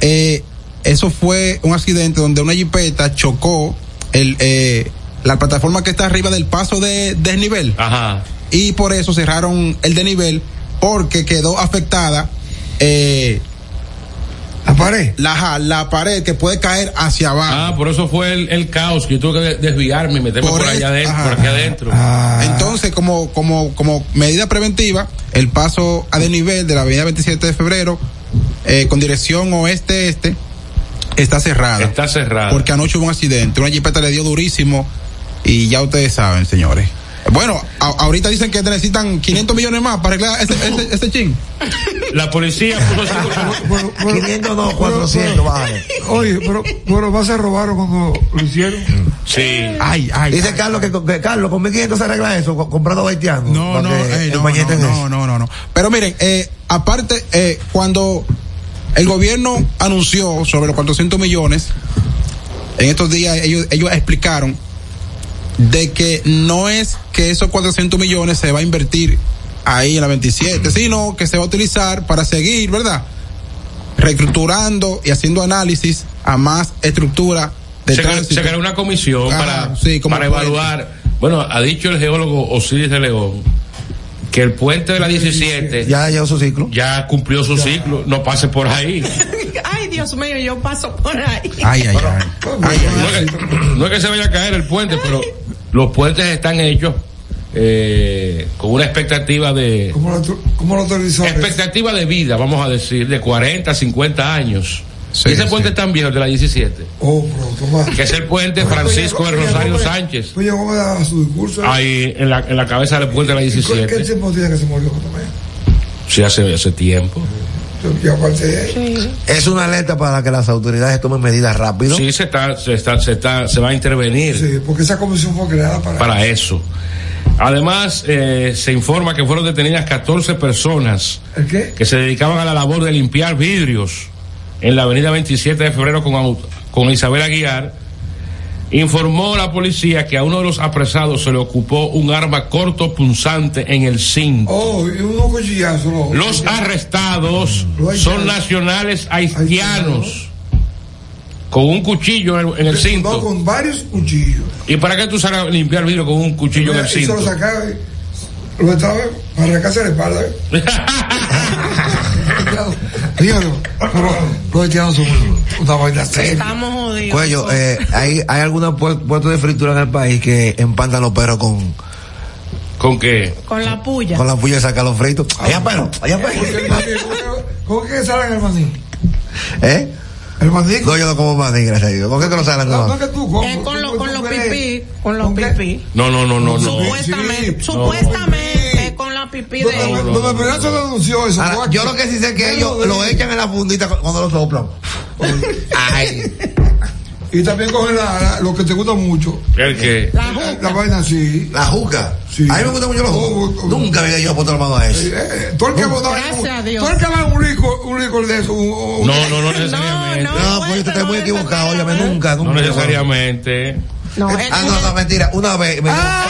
[SPEAKER 2] eh, eso fue un accidente donde una jipeta chocó el, eh, la plataforma que está arriba del paso de desnivel.
[SPEAKER 3] Ajá.
[SPEAKER 2] Y por eso cerraron el desnivel, porque quedó afectada. Eh,
[SPEAKER 1] la pared.
[SPEAKER 2] La, ajá, la pared que puede caer hacia abajo.
[SPEAKER 3] Ah, por eso fue el, el caos que yo tuve que de- desviarme y meterme por, allá adentro, por aquí adentro.
[SPEAKER 2] Entonces, como, como, como medida preventiva, el paso a desnivel de la avenida 27 de febrero, eh, con dirección oeste-este, está cerrada.
[SPEAKER 3] Está cerrada.
[SPEAKER 2] Porque anoche hubo un accidente, una jipeta le dio durísimo y ya ustedes saben, señores. Bueno, a- ahorita dicen que necesitan 500 millones más para arreglar ese, ese, ese chin.
[SPEAKER 3] La policía puso
[SPEAKER 1] 500 no, 400, vale. Oye, pero, pero más se robaron cuando lo hicieron.
[SPEAKER 3] Sí.
[SPEAKER 11] Ay, ay. Dice Carlos que, que Carlos, con 1500 se arregla eso, co- comprando haitianos.
[SPEAKER 2] No, no, eh, no, no, no, no, no, no. Pero miren, eh, aparte, eh, cuando el gobierno anunció sobre los 400 millones, en estos días ellos, ellos explicaron de que no es que esos 400 millones se va a invertir ahí en la 27, sino que se va a utilizar para seguir, ¿verdad? Reestructurando y haciendo análisis a más estructura de
[SPEAKER 3] se, cre-
[SPEAKER 2] tránsito.
[SPEAKER 3] se creó una comisión
[SPEAKER 2] Ajá,
[SPEAKER 3] para,
[SPEAKER 2] sí, como
[SPEAKER 3] para
[SPEAKER 2] puente.
[SPEAKER 3] evaluar. Bueno, ha dicho el geólogo Osiris de León que el puente de la 17
[SPEAKER 11] ya llegó su ciclo.
[SPEAKER 3] Ya cumplió su ciclo, no pase por ahí.
[SPEAKER 14] Ay, Dios mío, yo paso por ahí.
[SPEAKER 2] Pero-
[SPEAKER 3] No, es que, no es que se vaya a caer el puente, pero los puentes están hechos eh, con una expectativa de
[SPEAKER 1] ¿Cómo lo, cómo lo autorizó?
[SPEAKER 3] expectativa de vida, vamos a decir, de 40, 50 años. y ese puente tan viejo el de la 17,
[SPEAKER 1] Oh, pero toma.
[SPEAKER 3] que es el puente Francisco de Rosario Sánchez.
[SPEAKER 1] Pues llegó a dar su discurso.
[SPEAKER 3] Ahí en la, en la cabeza del puente de la
[SPEAKER 1] ¿Qué
[SPEAKER 3] 17.
[SPEAKER 1] qué tiempo tiene que se murió?
[SPEAKER 3] Sí, hace, hace tiempo.
[SPEAKER 1] Yo aparte.
[SPEAKER 11] Es una alerta para que las autoridades tomen medidas rápido.
[SPEAKER 3] Sí, se está, se está, se está, se va a intervenir
[SPEAKER 1] Porque esa comisión fue creada para.
[SPEAKER 3] para eso. Además, eh, se informa que fueron detenidas 14 personas
[SPEAKER 1] ¿El qué?
[SPEAKER 3] que se dedicaban a la labor de limpiar vidrios en la avenida 27 de febrero con, au- con Isabel Aguiar. Informó la policía que a uno de los apresados se le ocupó un arma corto punzante en el cinto.
[SPEAKER 1] Oh, y unos cuchillazos. no.
[SPEAKER 3] Los arrestados son nacionales haitianos con un cuchillo en el, en el
[SPEAKER 1] No,
[SPEAKER 3] cinto.
[SPEAKER 1] con varios cuchillos.
[SPEAKER 3] ¿Y para qué tú sacas a limpiar vidrio con un cuchillo en el
[SPEAKER 1] Y se lo
[SPEAKER 3] cinto?
[SPEAKER 1] sacaba. y Lo estaba para arrancarse la espalda. ¿eh? Dígalo. Pero los haitianos son una vaina seria.
[SPEAKER 14] Estamos jodidos.
[SPEAKER 11] Cuello, eh, hay, hay algunos puestos de fritura en el país que empantan los perros con,
[SPEAKER 3] ¿Con qué?
[SPEAKER 14] Con la puya.
[SPEAKER 11] con la puya de sacar los fritos.
[SPEAKER 1] Ah,
[SPEAKER 11] Allá perro, allá perro.
[SPEAKER 1] ¿Cómo que salen el maní?
[SPEAKER 11] ¿Eh?
[SPEAKER 1] ¿El maní?
[SPEAKER 11] No, yo no como maní, gracias a Dios. ¿Con qué que lo salen?
[SPEAKER 1] No, no
[SPEAKER 11] No,
[SPEAKER 1] es que tú comes.
[SPEAKER 14] Eh, con, lo-
[SPEAKER 1] tú-
[SPEAKER 14] con
[SPEAKER 1] tú
[SPEAKER 14] los
[SPEAKER 1] crees.
[SPEAKER 14] pipí. Con los pipí.
[SPEAKER 3] No, no, no, no, no.
[SPEAKER 14] Supuestamente, supuestamente con la pipí de ellos.
[SPEAKER 1] Donde primero se denunció eso.
[SPEAKER 11] Ahora, yo lo que sí sé es que ellos lo echan en la fundita cu- cuando lo soplan. Ay.
[SPEAKER 1] Y también cogen la, la- lo que te gusta mucho.
[SPEAKER 3] ¿El qué?
[SPEAKER 1] La, la vaina así.
[SPEAKER 11] La juca.
[SPEAKER 1] Sí. Oh,
[SPEAKER 11] A mí me gusta mucho la juca. Nunca había yo puesto la mano a eso.
[SPEAKER 1] Eh, Todo el
[SPEAKER 11] Oh,
[SPEAKER 1] que botaba- todo el que va un licor, un licor de eso. un- un-
[SPEAKER 3] No, no, no necesariamente.
[SPEAKER 11] No, pues usted está muy equivocado, óyame, nunca,
[SPEAKER 3] No
[SPEAKER 11] nunca.
[SPEAKER 3] necesariamente.
[SPEAKER 11] No, ah, no, no, mentira. Una vez. Me
[SPEAKER 3] Ah.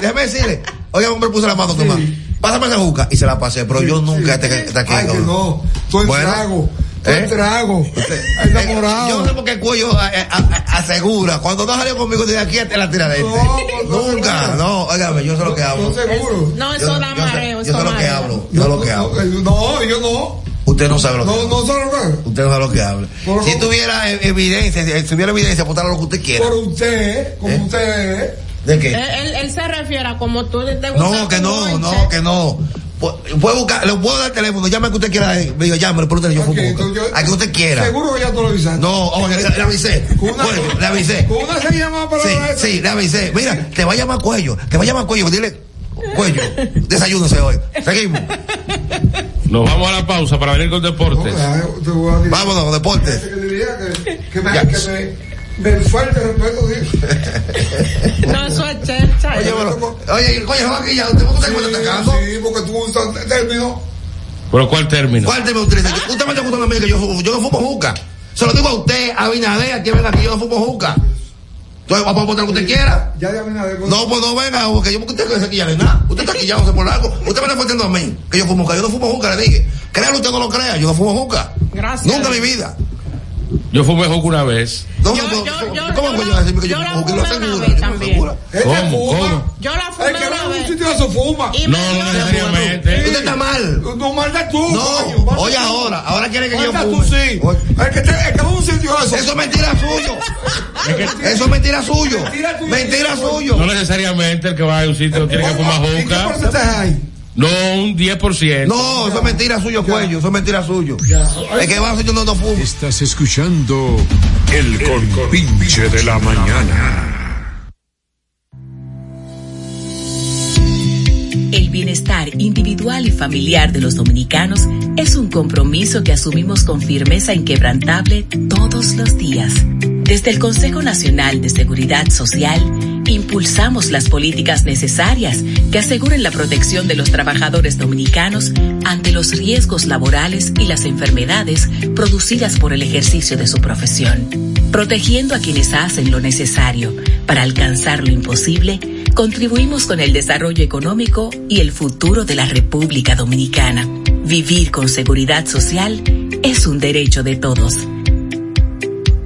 [SPEAKER 11] Déjame decirle. Oiga, hombre puso la mano, Tomás. Pásame esa juca. Y se la pasé, pero yo nunca te te aquí.
[SPEAKER 1] Ay, que no. Todo el
[SPEAKER 11] Bueno.
[SPEAKER 1] trago. Todo el
[SPEAKER 11] ¿Eh?
[SPEAKER 1] trago. Enamorado.
[SPEAKER 11] Yo no sé por qué Cuello a- a- a- asegura. Cuando no salió conmigo, dije aquí te la tira de este. Nunca, no. Óigame, yo sé lo que hablo.
[SPEAKER 1] Yo seguro.
[SPEAKER 14] No, eso da mareo.
[SPEAKER 11] Yo sé lo que hablo. Yo sé lo que hablo.
[SPEAKER 1] No, yo no.
[SPEAKER 11] Usted no sabe lo que habla.
[SPEAKER 1] No sabe lo que hablo.
[SPEAKER 11] Usted no sabe lo que habla. Si tuviera eh, evidencia, si tuviera evidencia, apuntara lo que usted quiera. ¿Eh?
[SPEAKER 1] Por usted, como usted
[SPEAKER 11] ¿De
[SPEAKER 14] Él,
[SPEAKER 11] qué?
[SPEAKER 14] él, él se refiere a eh, como tú te gusta.
[SPEAKER 11] No, que no, no, que no. Pu- Puede buscar, le puedo dar el teléfono, llame a que usted quiera, eh, me dijo, llámame, por teléfono, yo fui busca. A que usted quiera.
[SPEAKER 1] Seguro que ya tú lo avisaste.
[SPEAKER 11] No, oye, le, le avisé. Cuello, le avisé.
[SPEAKER 1] Con una se llama para
[SPEAKER 11] Sí,
[SPEAKER 1] hablar de eso.
[SPEAKER 11] sí, le avisé. Mira, te va a llamar cuello, te va a llamar cuello, dile, cuello, desayúnese hoy. Seguimos.
[SPEAKER 3] Nos vamos a la pausa para venir con deportes.
[SPEAKER 11] Vámonos, deportes.
[SPEAKER 1] que diría que, que me, que me, me falta el respeto.
[SPEAKER 14] No, eso es chercha.
[SPEAKER 11] Oye, bueno, oye, coño, Joaquín, ya, ¿usted gusta cuando está acá?
[SPEAKER 1] Sí, porque tú usas el término.
[SPEAKER 3] ¿Pero cuál término? Ah.
[SPEAKER 11] ¿Cuál te me utiliza? Usted me gusta la América, yo, fu- yo no fumo juca. Se lo digo a usted, a Binader, que venga aquí, yo no fumo juca. Entonces, vamos a poner lo que usted quiera.
[SPEAKER 1] Ya de Abinader.
[SPEAKER 11] No, pues no venga, porque yo porque usted no se quilla de nada. Usted está quillándose por algo. Usted me está faltando a mí, que yo fumo juca. Yo no fumo juca, le dije. Créalo usted o no lo crea, yo no fumo juca.
[SPEAKER 14] Gracias.
[SPEAKER 11] Nunca en mi vida.
[SPEAKER 3] Yo fumé juca una vez.
[SPEAKER 11] No, no, no. ¿Cómo voy yo a decirme que yo fumo juca? Y Lo aseguro, yo lo aseguro.
[SPEAKER 3] ¿Cómo? ¿Cómo?
[SPEAKER 14] Yo la fumé
[SPEAKER 1] que
[SPEAKER 14] una
[SPEAKER 1] va a un
[SPEAKER 14] vez.
[SPEAKER 1] sitio de eso fuma.
[SPEAKER 14] Y
[SPEAKER 3] No,
[SPEAKER 14] me dio-
[SPEAKER 3] no necesariamente.
[SPEAKER 11] Usted está mal.
[SPEAKER 1] No, mal de tú.
[SPEAKER 11] No, oye ahora, ahora quiere que yo
[SPEAKER 1] Falta
[SPEAKER 11] fume.
[SPEAKER 1] tú sí. Es que, te, es que va a un sitio de eso.
[SPEAKER 11] Eso es mentira suyo.
[SPEAKER 1] Ah,
[SPEAKER 11] Eso es mentira suyo. Mentira suyo.
[SPEAKER 3] No necesariamente el que va a un sitio tiene que fumar juca. No, un 10%.
[SPEAKER 11] No, eso es mentira suyo, cuello. Eso es mentira suyo. Es que va a no, no fumo.
[SPEAKER 4] Estás escuchando El Compinche de la Mañana.
[SPEAKER 5] El bienestar individual y familiar de los dominicanos es un compromiso que asumimos con firmeza inquebrantable todos los días. Desde el Consejo Nacional de Seguridad Social, impulsamos las políticas necesarias que aseguren la protección de los trabajadores dominicanos ante los riesgos laborales y las enfermedades producidas por el ejercicio de su profesión. Protegiendo a quienes hacen lo necesario para alcanzar lo imposible, contribuimos con el desarrollo económico y el futuro de la República Dominicana. Vivir con seguridad social es un derecho de todos.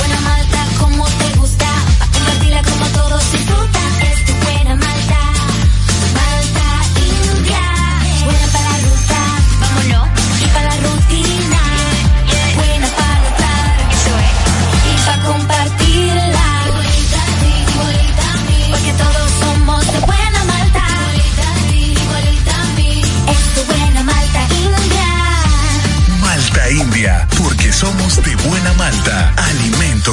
[SPEAKER 7] buena malta como te gusta, pa' compartirla como todos disfrutan. Es tu buena malta, malta india. Buena para la ruta, vámonos, y para la rutina. Buena para notar, eso es. Y para compartirla. Igualita a ti, igualita a mí. Porque todos somos de buena malta. Igualita a ti, igualita a mí. Es tu buena malta india.
[SPEAKER 8] Malta India, porque somos de buena malta, alimento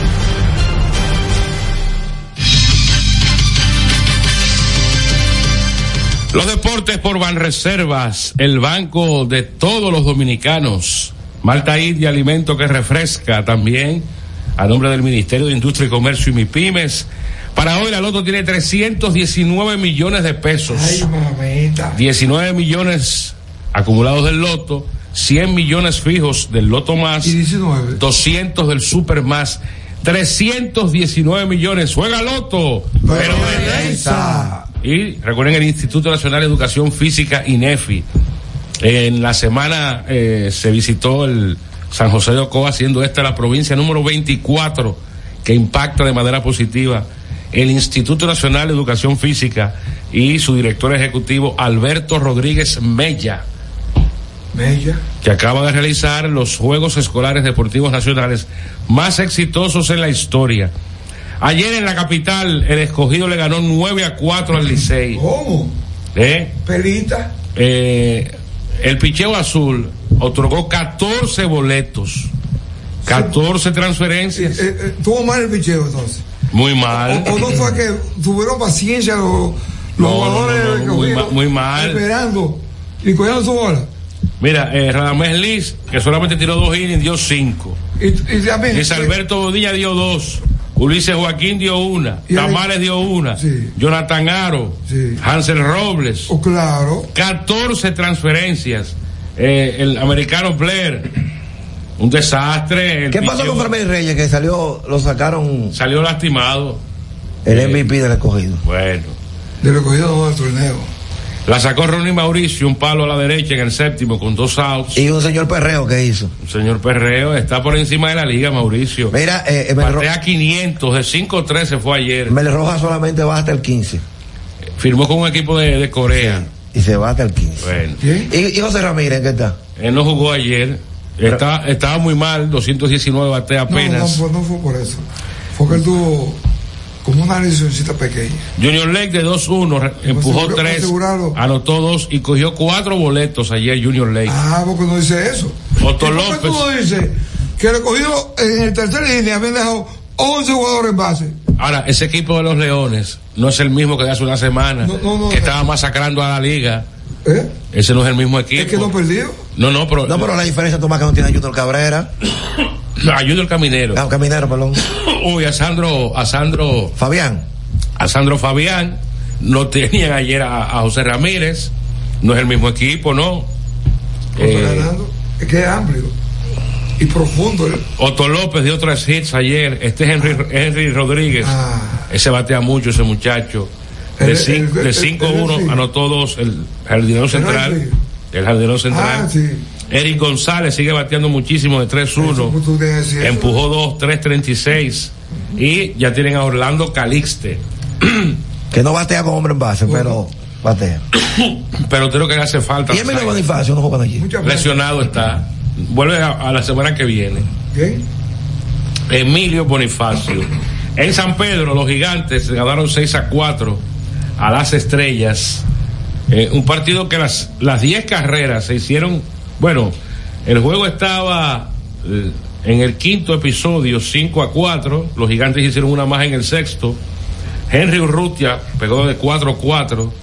[SPEAKER 3] Los deportes por Banreservas, el banco de todos los dominicanos. Malta India, alimento que refresca también. A nombre del Ministerio de Industria y Comercio y MIPIMES. Para hoy la Loto tiene 319 millones de pesos.
[SPEAKER 1] Ay, mamita.
[SPEAKER 3] 19 millones acumulados del Loto, 100 millones fijos del Loto Más, 200 del Super Más, 319 millones. Juega Loto, pero, de
[SPEAKER 1] esa.
[SPEAKER 3] Y recuerden el Instituto Nacional de Educación Física, INEFI. En la semana eh, se visitó el San José de Ocoa, siendo esta la provincia número 24 que impacta de manera positiva el Instituto Nacional de Educación Física y su director ejecutivo Alberto Rodríguez Mella
[SPEAKER 1] Bella.
[SPEAKER 3] que acaba de realizar los Juegos Escolares Deportivos Nacionales más exitosos en la historia. Ayer en la capital, el escogido le ganó 9 a 4 al Licey.
[SPEAKER 1] ¿Cómo?
[SPEAKER 3] ¿Eh?
[SPEAKER 1] Pelita.
[SPEAKER 3] Eh, el picheo azul otorgó 14 boletos, 14 transferencias.
[SPEAKER 1] Eh, eh, tuvo mal el picheo entonces.
[SPEAKER 3] Muy mal.
[SPEAKER 1] O no fue que tuvieron paciencia los, los
[SPEAKER 3] No, no,
[SPEAKER 1] jugadores
[SPEAKER 3] no, no,
[SPEAKER 1] que
[SPEAKER 3] muy, ma-
[SPEAKER 1] cogieron,
[SPEAKER 3] muy mal.
[SPEAKER 1] esperando y cogieron su bola.
[SPEAKER 3] Mira, eh, Radamés Liz, que solamente tiró dos innings, dio cinco.
[SPEAKER 1] Y, y también-
[SPEAKER 3] Luis Alberto Bodilla dio dos. Ulises Joaquín dio una.
[SPEAKER 1] Y ahí-
[SPEAKER 3] Tamares dio una. Jonathan Aro. Hansel Robles.
[SPEAKER 1] Oh, claro.
[SPEAKER 3] 14 transferencias. Eh, el americano Blair. Un desastre. El
[SPEAKER 11] ¿Qué pasó
[SPEAKER 3] picheo
[SPEAKER 11] con Fermín Reyes que salió, lo sacaron
[SPEAKER 3] Salió lastimado. Eh,
[SPEAKER 11] el MVP del escogido?
[SPEAKER 3] Bueno.
[SPEAKER 1] De lo cogido todo el torneo.
[SPEAKER 3] La sacó Ronnie Mauricio, un palo a la derecha en el séptimo con dos outs.
[SPEAKER 11] Y un señor perreo que hizo.
[SPEAKER 3] Un señor Perreo está por encima de la liga, Mauricio.
[SPEAKER 11] Mira, eh, eh, Mel, Ro-
[SPEAKER 3] Batea 500, de 5-3 se fue ayer.
[SPEAKER 11] Mel Rojas solamente va hasta el 15
[SPEAKER 3] Firmó con un equipo de, de Corea.
[SPEAKER 11] y se va hasta el 15.
[SPEAKER 3] Bueno.
[SPEAKER 11] ¿Y, y José Ramírez qué está?
[SPEAKER 3] Él no jugó ayer. Está- estaba muy mal, 219 batea
[SPEAKER 1] No, no,
[SPEAKER 3] apenas.
[SPEAKER 1] fue- no fue por eso. Fue que él tuvo como una lesioncita pequeña.
[SPEAKER 3] Junior Lake de 2-1, re- empujó
[SPEAKER 1] aseguró-
[SPEAKER 3] 3,
[SPEAKER 1] Pues asegurado.
[SPEAKER 3] anotó 2 y cogió 4 boletos ayer Junior Lake.
[SPEAKER 1] Ah, porque no dice eso.
[SPEAKER 3] Otto
[SPEAKER 1] ¿Y por qué
[SPEAKER 3] López.
[SPEAKER 1] tú no dices que el escogido en el tercer línea habían dejado 11 jugadores en base?
[SPEAKER 3] Ahora, ese equipo de los Leones no es el mismo que de hace una semana, que estaba masacrando a la liga. Ese no es el mismo equipo.
[SPEAKER 11] no
[SPEAKER 1] perdió?
[SPEAKER 3] No, no, pero,
[SPEAKER 11] No, pero la diferencia tú más que no tiene a Junior Cabrera.
[SPEAKER 3] ayuda el caminero.
[SPEAKER 11] Ah, Caminero, perdón.
[SPEAKER 3] Uy, a Sandro, a Sandro.
[SPEAKER 11] Fabián.
[SPEAKER 3] A Sandro Fabián. No tenían ayer a, a José Ramírez. No es el mismo equipo, ¿no? Eh,
[SPEAKER 1] Es que es amplio y profundo. ¿eh?
[SPEAKER 3] Otto López dio tres hits ayer. Este es Henry, Henry Rodríguez.
[SPEAKER 1] Ah.
[SPEAKER 3] Ese batea mucho, ese muchacho. De
[SPEAKER 1] El-
[SPEAKER 3] cin-
[SPEAKER 1] el-
[SPEAKER 3] de
[SPEAKER 1] el-
[SPEAKER 3] 5-1
[SPEAKER 1] el-
[SPEAKER 3] anotó dos el jardinero central. El jardinero central.
[SPEAKER 1] Ah, sí.
[SPEAKER 3] Eric González sigue bateando muchísimo de 3-1.
[SPEAKER 1] Tú tienes que decir eso.
[SPEAKER 3] Empujó 2, 3, 36. Y ya tienen a Orlando Calixte.
[SPEAKER 11] Que no batea con hombre en base, pero batea.
[SPEAKER 3] Pero creo que le hace falta.
[SPEAKER 11] ¿Y Emilio Bonifacio no juega allí?
[SPEAKER 3] Lesionado está. Vuelve a, a la semana que viene.
[SPEAKER 1] ¿Quién?
[SPEAKER 3] Emilio Bonifacio. En San Pedro, los gigantes ganaron 6 a 4 a las estrellas. Eh, un partido que las las 10 carreras se hicieron. Bueno, el juego estaba eh, en el quinto episodio, 5 a 4. Los gigantes hicieron una más en el sexto. Henry Urrutia pegó de 4 a 4.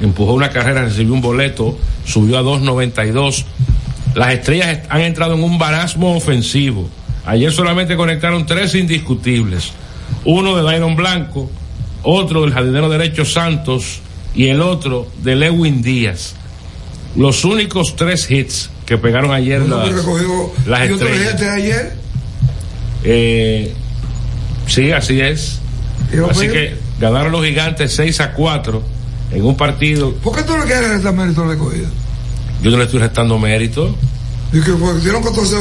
[SPEAKER 3] Empujó una carrera, recibió un boleto, subió a 2.92. Las estrellas est- han entrado en un barasmo ofensivo. Ayer solamente conectaron tres indiscutibles. Uno de Dairon Blanco, otro del jardinero derecho Santos y el otro de Lewin Díaz. Los únicos tres hits que pegaron ayer
[SPEAKER 1] Uno
[SPEAKER 3] las,
[SPEAKER 1] que recogió
[SPEAKER 3] las
[SPEAKER 1] y otro
[SPEAKER 3] estrellas.
[SPEAKER 1] día de ayer.
[SPEAKER 3] Eh, sí, así es.
[SPEAKER 1] Yo
[SPEAKER 3] Así
[SPEAKER 1] veo.
[SPEAKER 3] que ganaron los gigantes 6 a 4 en un partido.
[SPEAKER 1] ¿Por qué tú le quieres restar mérito al recogido?
[SPEAKER 3] Yo no le estoy restando mérito,
[SPEAKER 1] Y que porque dieron 14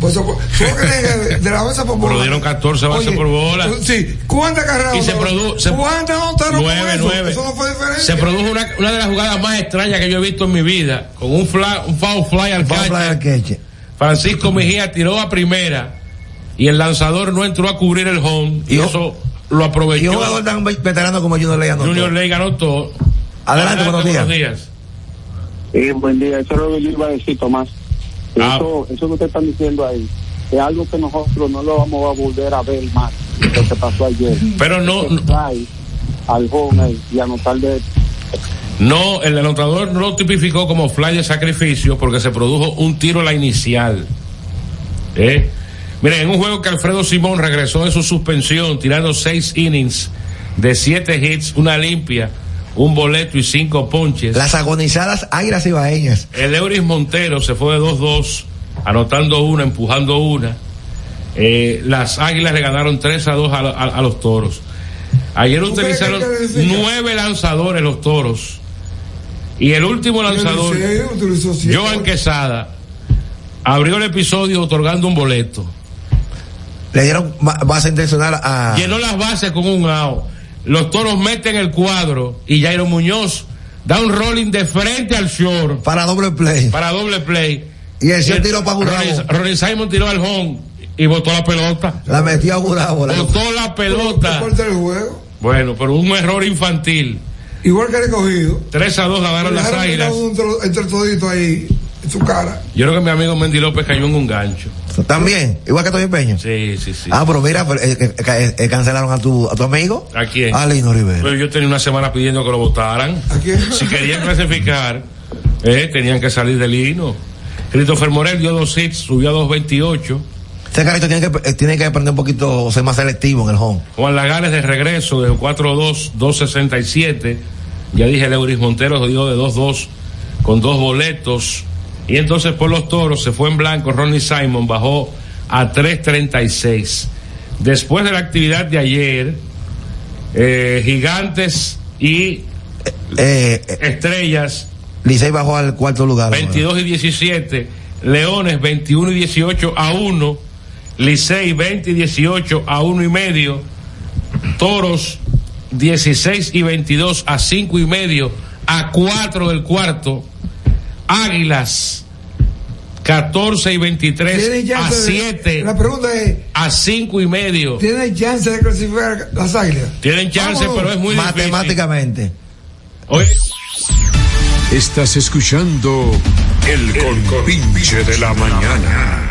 [SPEAKER 1] pues, ¿por qué tiene que- de la base por
[SPEAKER 3] pero
[SPEAKER 1] bola?
[SPEAKER 3] dieron 14 bases
[SPEAKER 1] Oye,
[SPEAKER 3] por bola.
[SPEAKER 1] Sí, ¿cuántas carreras?
[SPEAKER 3] Y se
[SPEAKER 1] anotaron?
[SPEAKER 3] produ- se-
[SPEAKER 1] ¿Cuántas anotaron? con
[SPEAKER 3] Nueve,
[SPEAKER 1] eso?
[SPEAKER 3] nueve.
[SPEAKER 1] Eso no fue diferente.
[SPEAKER 3] Se produjo una, una de las jugadas más extrañas que yo he visto en mi vida, con un, fla- un foul fly al catcher. Francisco Mejía tiró a primera y el lanzador no entró a cubrir el home y, eso lo
[SPEAKER 11] Y
[SPEAKER 3] aprovechó.
[SPEAKER 11] un jugador tan veterano como Junior Ley anotó.
[SPEAKER 3] Junior Ley ganó todo.
[SPEAKER 11] Adelante, buenos días.
[SPEAKER 16] Sí, buen día. Eso es lo que yo iba a decir, Tomás. Eso, eso que ustedes están diciendo ahí es algo que nosotros no lo vamos a volver a ver más, lo que pasó ayer.
[SPEAKER 3] Pero no-
[SPEAKER 16] Ese fly Al home y anotar de
[SPEAKER 3] No, el anotador no lo tipificó como fly de sacrificio porque se produjo un tiro a la inicial. ¿Eh? Miren, en un juego que Alfredo Simón regresó de su suspensión tirando seis innings de siete hits, una limpia, un boleto y cinco ponches.
[SPEAKER 11] Las agonizadas águilas ibaeñas.
[SPEAKER 3] El Euris Montero se fue de 2-2, anotando una, empujando una. Eh, las Águilas le ganaron 3 a 2 a, lo- a- a los toros. Ayer
[SPEAKER 2] ¿Tú crees que
[SPEAKER 3] utilizaron
[SPEAKER 2] hay que decir?
[SPEAKER 3] nueve lanzadores los toros. Y el último lanzador, Joan Quesada, abrió el episodio otorgando un boleto.
[SPEAKER 11] Le dieron ma- base intencional a.
[SPEAKER 3] Llenó las bases con un out. Los toros meten el cuadro y Jairo Muñoz da un rolling de frente al short.
[SPEAKER 11] Para doble play.
[SPEAKER 3] Para doble play.
[SPEAKER 11] Y el short
[SPEAKER 3] Y
[SPEAKER 11] tiró para Gurabo.
[SPEAKER 3] Ronnie- Ronnie Simon tiró al home y botó la pelota.
[SPEAKER 11] La metió a Gurabo. la-
[SPEAKER 3] Botó la pelota. Bueno, pero un error infantil.
[SPEAKER 1] Igual que recogido.
[SPEAKER 3] 3 a 2 ganaron las
[SPEAKER 1] Dejaron
[SPEAKER 3] águilas.
[SPEAKER 1] botado un tro- Entre todito ahí, en su cara.
[SPEAKER 3] Yo creo que mi amigo Mendy López cayó en un gancho.
[SPEAKER 11] También, igual que Toño Peña.
[SPEAKER 3] Sí, sí, sí.
[SPEAKER 11] Ah, pero mira, pero, eh, eh, ca- eh, eh, cancelaron a tu, a tu amigo.
[SPEAKER 3] ¿A quién?
[SPEAKER 11] A Lino Rivera.
[SPEAKER 3] Pero yo tenía una semana pidiendo que lo votaran. Si querían clasificar, eh, tenían que salir del hino. Christopher Morel dio dos hits, subió a 2.28.
[SPEAKER 11] Ese carrito tiene que, eh, tiene que aprender un poquito, ser más selectivo en el home.
[SPEAKER 3] Juan Lagares de regreso de 4-2, 2-67. Ya dije, Leuris Montero dio de 2-2 con dos boletos. Y entonces por los toros se fue en blanco. Ronnie Simon bajó a 3-36. Después de la actividad de ayer, eh, Gigantes y Estrellas
[SPEAKER 11] Eh, Licey bajó al cuarto lugar.
[SPEAKER 3] 22 y 17, Leones 21 y 18 a 1, Licey 20 y 18 a 1 y medio, Toros 16 y 22 a 5 y medio, a 4 del cuarto, Águilas 14 y 23 a
[SPEAKER 1] chance de-
[SPEAKER 3] 7.
[SPEAKER 1] la pregunta es-
[SPEAKER 3] A 5 y medio.
[SPEAKER 1] ¿Tiene chance de clasificar las águilas?
[SPEAKER 3] Tienen chance,
[SPEAKER 1] Vámonos.
[SPEAKER 3] pero es muy difícil.
[SPEAKER 11] Matemáticamente.
[SPEAKER 4] Estás escuchando el compinche de la mañana.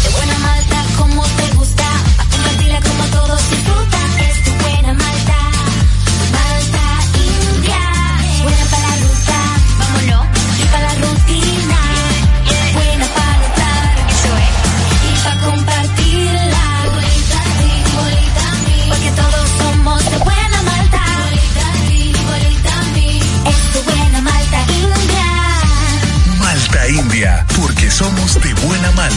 [SPEAKER 7] buena malta como te gusta, pa' compartirla como todos disfrutan. Es tu buena malta, malta india, buena para la ruta, vámonos, y para la rutina, buena para estar, eso es, y para compartirla, bolita a ti, bolita a mí, porque todos somos de buena malta, bolita a ti, bolita a mí, es tu buena malta india.
[SPEAKER 8] Malta India, porque somos de buena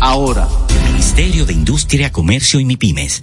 [SPEAKER 17] ahora.
[SPEAKER 9] Ministerio de Industria, Comercio y MIPIMES.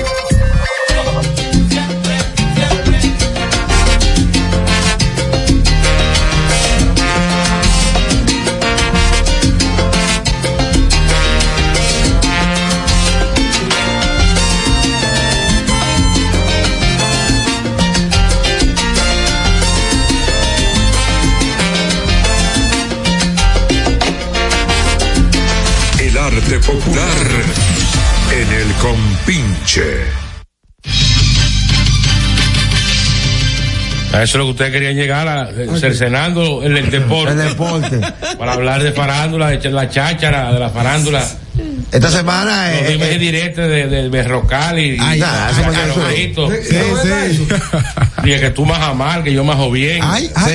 [SPEAKER 4] El arte popular en el compinche.
[SPEAKER 3] A eso es lo que ustedes querían llegar, a, eh, cercenando el, el deporte. Para hablar de farándula, de ch- la cháchara, de la farándula.
[SPEAKER 11] Esta semana
[SPEAKER 3] Los
[SPEAKER 11] eh,
[SPEAKER 3] dimes y directos de, de Berrocal y, y
[SPEAKER 11] Ay,
[SPEAKER 3] y
[SPEAKER 11] nah, eso
[SPEAKER 3] a-
[SPEAKER 11] me
[SPEAKER 3] a los
[SPEAKER 11] suena.
[SPEAKER 3] ojitos.
[SPEAKER 11] Sí, sí.
[SPEAKER 3] Y el que tú más mal, que yo más bien. Esa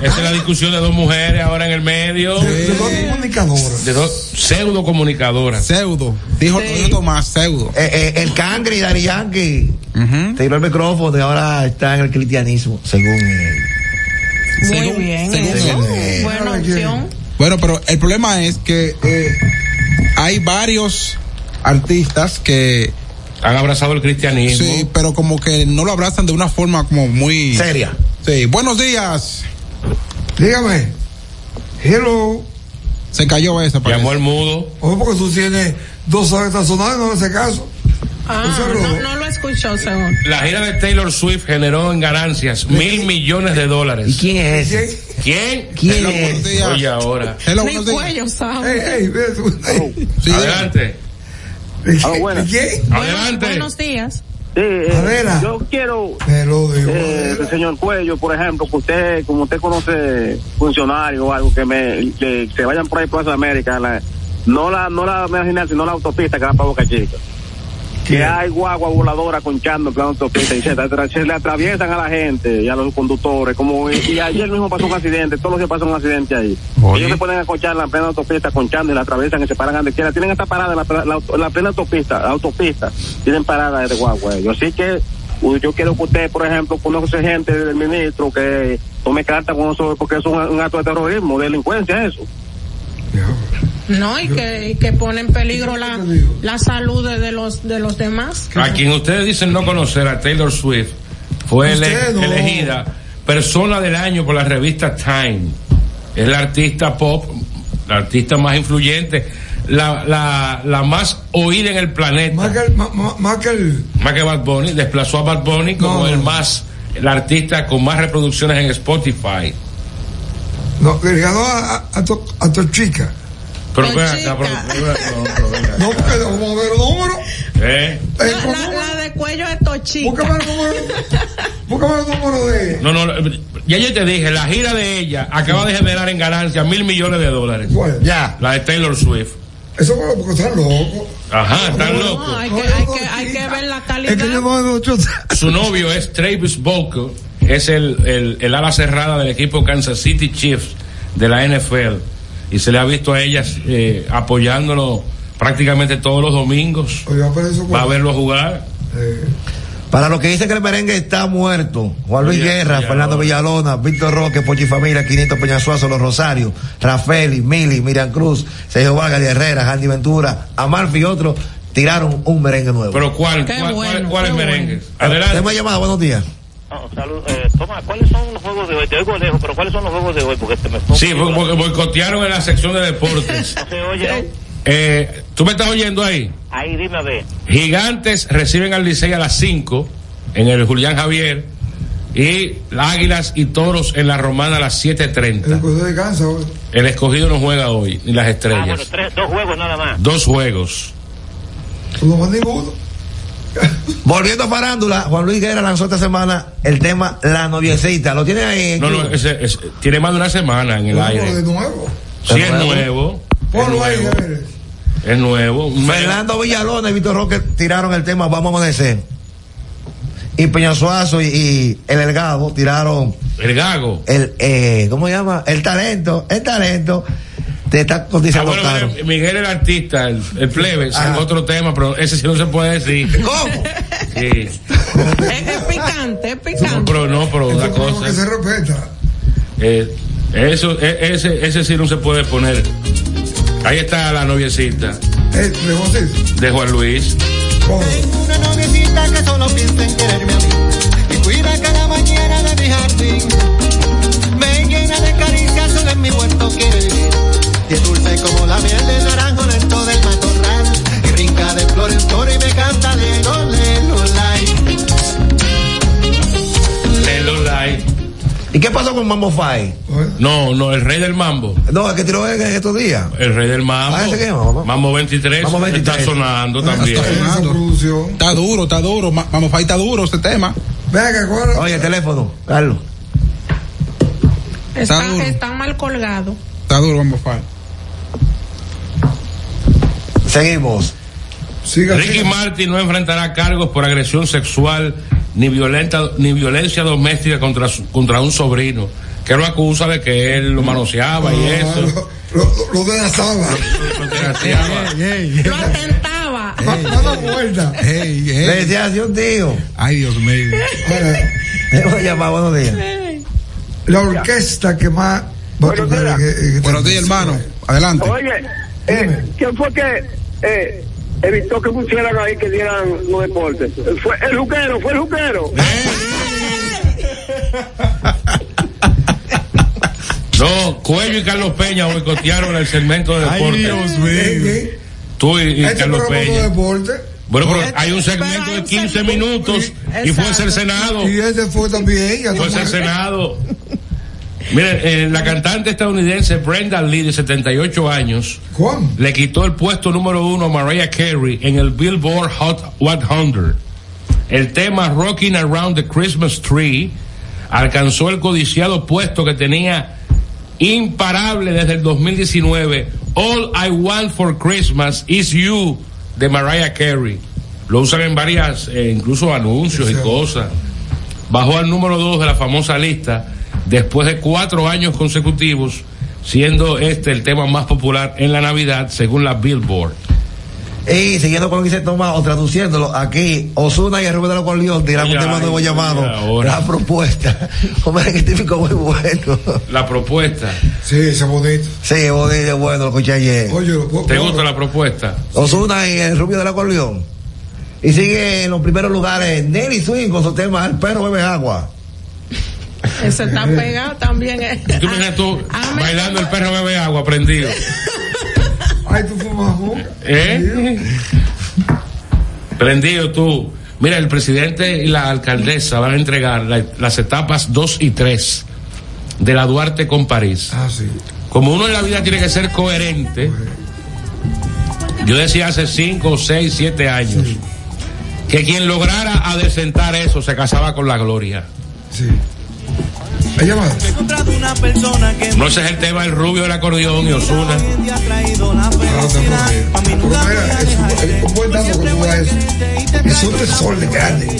[SPEAKER 3] es la discusión de dos mujeres ahora en el medio. De dos comunicadoras. De dos pseudo comunicadoras.
[SPEAKER 2] Pseudo. Dijo Tomás pseudo.
[SPEAKER 11] eh, el Cangre y Dari Yankee se tiró el micrófono y ahora está en el cristianismo, según él.
[SPEAKER 14] Muy bien, eso. buena opción.
[SPEAKER 2] Bueno, pero el problema es que eh, hay varios artistas que
[SPEAKER 3] han abrazado el cristianismo.
[SPEAKER 2] Sí, pero como que no lo abrazan de una forma como muy
[SPEAKER 11] seria.
[SPEAKER 2] Sí, buenos días.
[SPEAKER 1] Dígame. Hello.
[SPEAKER 2] Se cayó esa
[SPEAKER 1] parte.
[SPEAKER 3] Llamó el mudo.
[SPEAKER 1] Ojo, porque tú tienes dos abetas sonadas, no hace caso.
[SPEAKER 14] Ah, no, no lo escuchó, según.
[SPEAKER 3] La gira de Taylor Swift generó en ganancias mil millones de dólares. ¿Y
[SPEAKER 11] quién es
[SPEAKER 3] ¿Quién?
[SPEAKER 11] ¿Quién
[SPEAKER 3] Hello,
[SPEAKER 11] es?
[SPEAKER 3] buenos días. Oye, ahora.
[SPEAKER 14] Ni cuello sabe.
[SPEAKER 3] Adelante.
[SPEAKER 15] Ah, buenas.
[SPEAKER 14] Buenos, buenos días.
[SPEAKER 15] Sí, eh,
[SPEAKER 14] Adela.
[SPEAKER 15] yo quiero eh, el señor Cuello, por ejemplo, que usted, como usted conoce funcionario o algo, que me que se vayan por ahí Plaza América, la- no la no la marginal, sino la autopista que va para Boca Chica. Que hay guagua voladora conchando en plan autopista y se, tra- se le atraviesan a la gente y a los conductores. como Y, y ayer mismo pasó un accidente, todos los días pasa un accidente ahí.
[SPEAKER 3] Oye.
[SPEAKER 15] Ellos se ponen a conchar en la plena autopista, conchando y la atraviesan y se paran donde quieran. Tienen esta parada en la, pla- la auto- en la plena autopista, la autopista. Tienen parada de guagua ellos. Así que u- yo quiero que usted, por ejemplo, conoce gente del ministro que tome carta con eso, porque eso es un, un acto de terrorismo, delincuencia, eso.
[SPEAKER 14] No, y que, y que pone en peligro la, la salud de, de los de los demás.
[SPEAKER 3] A quien ustedes dicen no conocer, a Taylor Swift, fue ele-
[SPEAKER 14] Usted no.
[SPEAKER 3] elegida persona del año por la revista Time. Es la artista pop, la artista más influyente, la, la, la más oída en el planeta. Más que, Bad Bunny, desplazó a Bad Bunny como el más, el artista con más reproducciones en Spotify.
[SPEAKER 1] No, le ganó a, a, a tu, a tu chica.
[SPEAKER 3] Pero ven acá, pero- pero- pero-
[SPEAKER 1] No, porque vamos a ver el número.
[SPEAKER 3] ¿Eh?
[SPEAKER 1] Eh,
[SPEAKER 14] La, la- la de cuello es tochita.
[SPEAKER 1] Búscame el número de.
[SPEAKER 3] No, no, eh, ya yo te dije, la gira de ella acaba de generar en ganancias mil millones de dólares.
[SPEAKER 1] Ya.
[SPEAKER 3] La de Taylor Swift.
[SPEAKER 1] Eso fue porque están locos.
[SPEAKER 3] Ajá, están
[SPEAKER 1] No,
[SPEAKER 3] locos.
[SPEAKER 14] No, hay, que, hay, que, hay que ver la calidad.
[SPEAKER 3] Su novio es Travis Boco, es el, el, el ala cerrada del equipo Kansas City Chiefs de la NFL. Y se le ha visto a ellas eh, apoyándolo prácticamente todos los domingos. Va a verlo jugar.
[SPEAKER 11] Para los que dicen que el merengue está muerto, Juan Luis
[SPEAKER 3] Oye,
[SPEAKER 11] Guerra,
[SPEAKER 3] Villalona.
[SPEAKER 11] Fernando Villalona, Víctor Roque, Pochi Familia, Quinito Peñasuazo, Los Rosarios, Rafael, Mili, Miriam Cruz, Sergio Vargas de Herrera, Andy Ventura, Amalfi y otros tiraron un merengue nuevo.
[SPEAKER 3] Pero ¿cuál, cuál, cuál, cuál es merengue? Adelante.
[SPEAKER 11] Tema llamada, buenos días.
[SPEAKER 18] Toma, ¿cuáles son los juegos de hoy? Te oigo lejos, pero ¿cuáles son los juegos de hoy? Porque te me
[SPEAKER 3] Sí, porque boicotearon en la sección de deportes.
[SPEAKER 18] oye,
[SPEAKER 3] Eh, ¿Tú me estás oyendo ahí?
[SPEAKER 18] Ahí, dime a ver.
[SPEAKER 3] Gigantes reciben al Licey a las 5 en el Julián Javier y Águilas y Toros en la Romana a las 7.30.
[SPEAKER 1] Pues descansa, güey.
[SPEAKER 3] El escogido no juega hoy, ni las estrellas.
[SPEAKER 18] Ah, bueno, tres, dos juegos nada más.
[SPEAKER 3] Dos juegos.
[SPEAKER 1] No más ninguno.
[SPEAKER 11] Volviendo a farándula, Juan Luis Guerra lanzó esta semana el tema La noviecita. ¿Lo tiene ahí?
[SPEAKER 3] No, no, ese- ese- tiene más de una semana en el
[SPEAKER 1] Bueno,
[SPEAKER 3] aire.
[SPEAKER 1] de nuevo.
[SPEAKER 3] Sí, es nuevo.
[SPEAKER 1] Ponlo ahí, a ver.
[SPEAKER 3] Es nuevo. Un mes.
[SPEAKER 11] Fernando Villalona y Víctor Roque tiraron el tema Vamos a amanecer. Y Peñasuazo y, y el Elgado tiraron
[SPEAKER 3] El gago.
[SPEAKER 11] el, eh, ¿cómo se llama? El talento, el talento. Te está
[SPEAKER 3] Ah,
[SPEAKER 11] cotizando
[SPEAKER 3] bueno,
[SPEAKER 11] caro.
[SPEAKER 3] mire, Miguel el artista, el, el plebe, sacó otro tema, pero ese sí no se puede decir.
[SPEAKER 11] ¿Cómo?
[SPEAKER 3] Sí.
[SPEAKER 14] Es, es picante, es
[SPEAKER 3] No,
[SPEAKER 14] picante.
[SPEAKER 3] pero no, pero una cosa.
[SPEAKER 1] Que se respeta.
[SPEAKER 3] Eh, eso, e- ese, ese sí no se puede poner. Ahí está la noviecita
[SPEAKER 1] Eh, ¿de José?
[SPEAKER 3] de Juan Luis.
[SPEAKER 19] Tengo una noviecita que solo piensa en quererme a mí y cuida cada mañana de mi jardín. Me llena de caricias, solo en mi huerto quiere vivir. Y es dulce como la miel de naranjo dentro del matorral. Y brinca de flor en flor y me canta de lole, lolay.
[SPEAKER 3] Lelo Lai.
[SPEAKER 11] ¿Y qué pasó con Mambo Fai?
[SPEAKER 3] No, no, el rey del mambo.
[SPEAKER 11] No, el que tiró en en estos días.
[SPEAKER 3] El rey del mambo.
[SPEAKER 11] Ah, ese que es, mambo.
[SPEAKER 3] Mambo 23.
[SPEAKER 11] Mambo Ah, 23.
[SPEAKER 3] Está sonando también.
[SPEAKER 2] Está duro, está duro. Ma- Vamos, ahí está duro este tema.
[SPEAKER 1] Venga,
[SPEAKER 11] Oye, el teléfono, Carlos.
[SPEAKER 14] Está,
[SPEAKER 2] duro.
[SPEAKER 14] está mal colgado.
[SPEAKER 2] Está duro, vamos, Fai.
[SPEAKER 11] Seguimos.
[SPEAKER 3] Ricky Martin no enfrentará cargos por agresión sexual ni violenta ni violencia doméstica contra su- contra un sobrino que lo acusa de que él lo manoseaba
[SPEAKER 11] Ah,
[SPEAKER 3] y eso.
[SPEAKER 1] Lo, lo de la sala.
[SPEAKER 14] Lo atentaba.
[SPEAKER 1] Dame vuelta.
[SPEAKER 11] Le decía así un tío.
[SPEAKER 2] Ay, Dios mío.
[SPEAKER 11] Voy a llamar, buenos días.
[SPEAKER 1] La orquesta que más va a tocar. este
[SPEAKER 2] Buenos días, hermano. Adelante.
[SPEAKER 20] Oye, eh, ¿quién fue que eh, evitó que pusieran ahí que dieran los deportes? Fue el juquero, fue el juquero.
[SPEAKER 3] No, Cuello y Carlos Peña boicotearon el segmento de
[SPEAKER 1] Ay,
[SPEAKER 3] deporte.
[SPEAKER 1] Dios mío.
[SPEAKER 3] Tú y, y
[SPEAKER 1] Este
[SPEAKER 3] Carlos
[SPEAKER 1] programa es de
[SPEAKER 3] Peña.
[SPEAKER 1] deporte.
[SPEAKER 3] Bueno, pero hay un segmento de 15 minutos y fue cercenado.
[SPEAKER 1] Y ese fue también. ya
[SPEAKER 3] Fue
[SPEAKER 1] no-
[SPEAKER 3] cercenado. Miren, eh, la cantante estadounidense Brenda Lee, de 78 años, le quitó el puesto número uno a Mariah Carey en el Billboard Hot 100. El tema Rocking Around the Christmas Tree alcanzó el codiciado puesto que tenía imparable desde el 2019, All I Want for Christmas Is You, de Mariah Carey. Lo usan en varias, eh, incluso anuncios y cosas bajó al número 2 de la famosa lista después de cuatro años consecutivos, siendo este el tema más popular en la Navidad según la Billboard.
[SPEAKER 11] Y siguiendo con lo que dice Tomás, o traduciéndolo, aquí Osuna y Rubén de la Corleón dirán un
[SPEAKER 3] Ay,
[SPEAKER 11] tema nuevo
[SPEAKER 3] ay,
[SPEAKER 11] llamado
[SPEAKER 3] ahora.
[SPEAKER 11] La Propuesta. Hombre, que típico muy bueno.
[SPEAKER 3] La propuesta.
[SPEAKER 1] Sí, ese es bonito.
[SPEAKER 11] Sí, bonito, bueno, lo escuché ayer.
[SPEAKER 1] Oye,
[SPEAKER 3] ¿Te gusta la propuesta?
[SPEAKER 11] Osuna y el Rubio de la Corleón. Y sigue en los primeros lugares Nelly Swing con su tema El perro bebe agua.
[SPEAKER 14] Ese está pegado también. eh.
[SPEAKER 3] ¿Tú imaginas tú bailando el perro bebe agua prendido?
[SPEAKER 1] Ay, tú fumas juca.
[SPEAKER 3] ¿Eh? Prendido tú. Mira, el presidente y la alcaldesa van a entregar la- las etapas 2 y 3 de la Duarte con París.
[SPEAKER 1] Ah, sí.
[SPEAKER 3] Como uno en la vida tiene que ser coherente, yo decía hace 5, 6, 7 años que quien lograra adecentar eso se casaba con la gloria.
[SPEAKER 1] Ella va.
[SPEAKER 19] He encontrado una persona que
[SPEAKER 3] No ese es el tema del rubio del acordeón y Osuna.
[SPEAKER 19] te ha traído la felicidad. Pa' mí nunca me ha dejado.
[SPEAKER 1] Un buen dato que tú das eso. Es un tesoro de grande.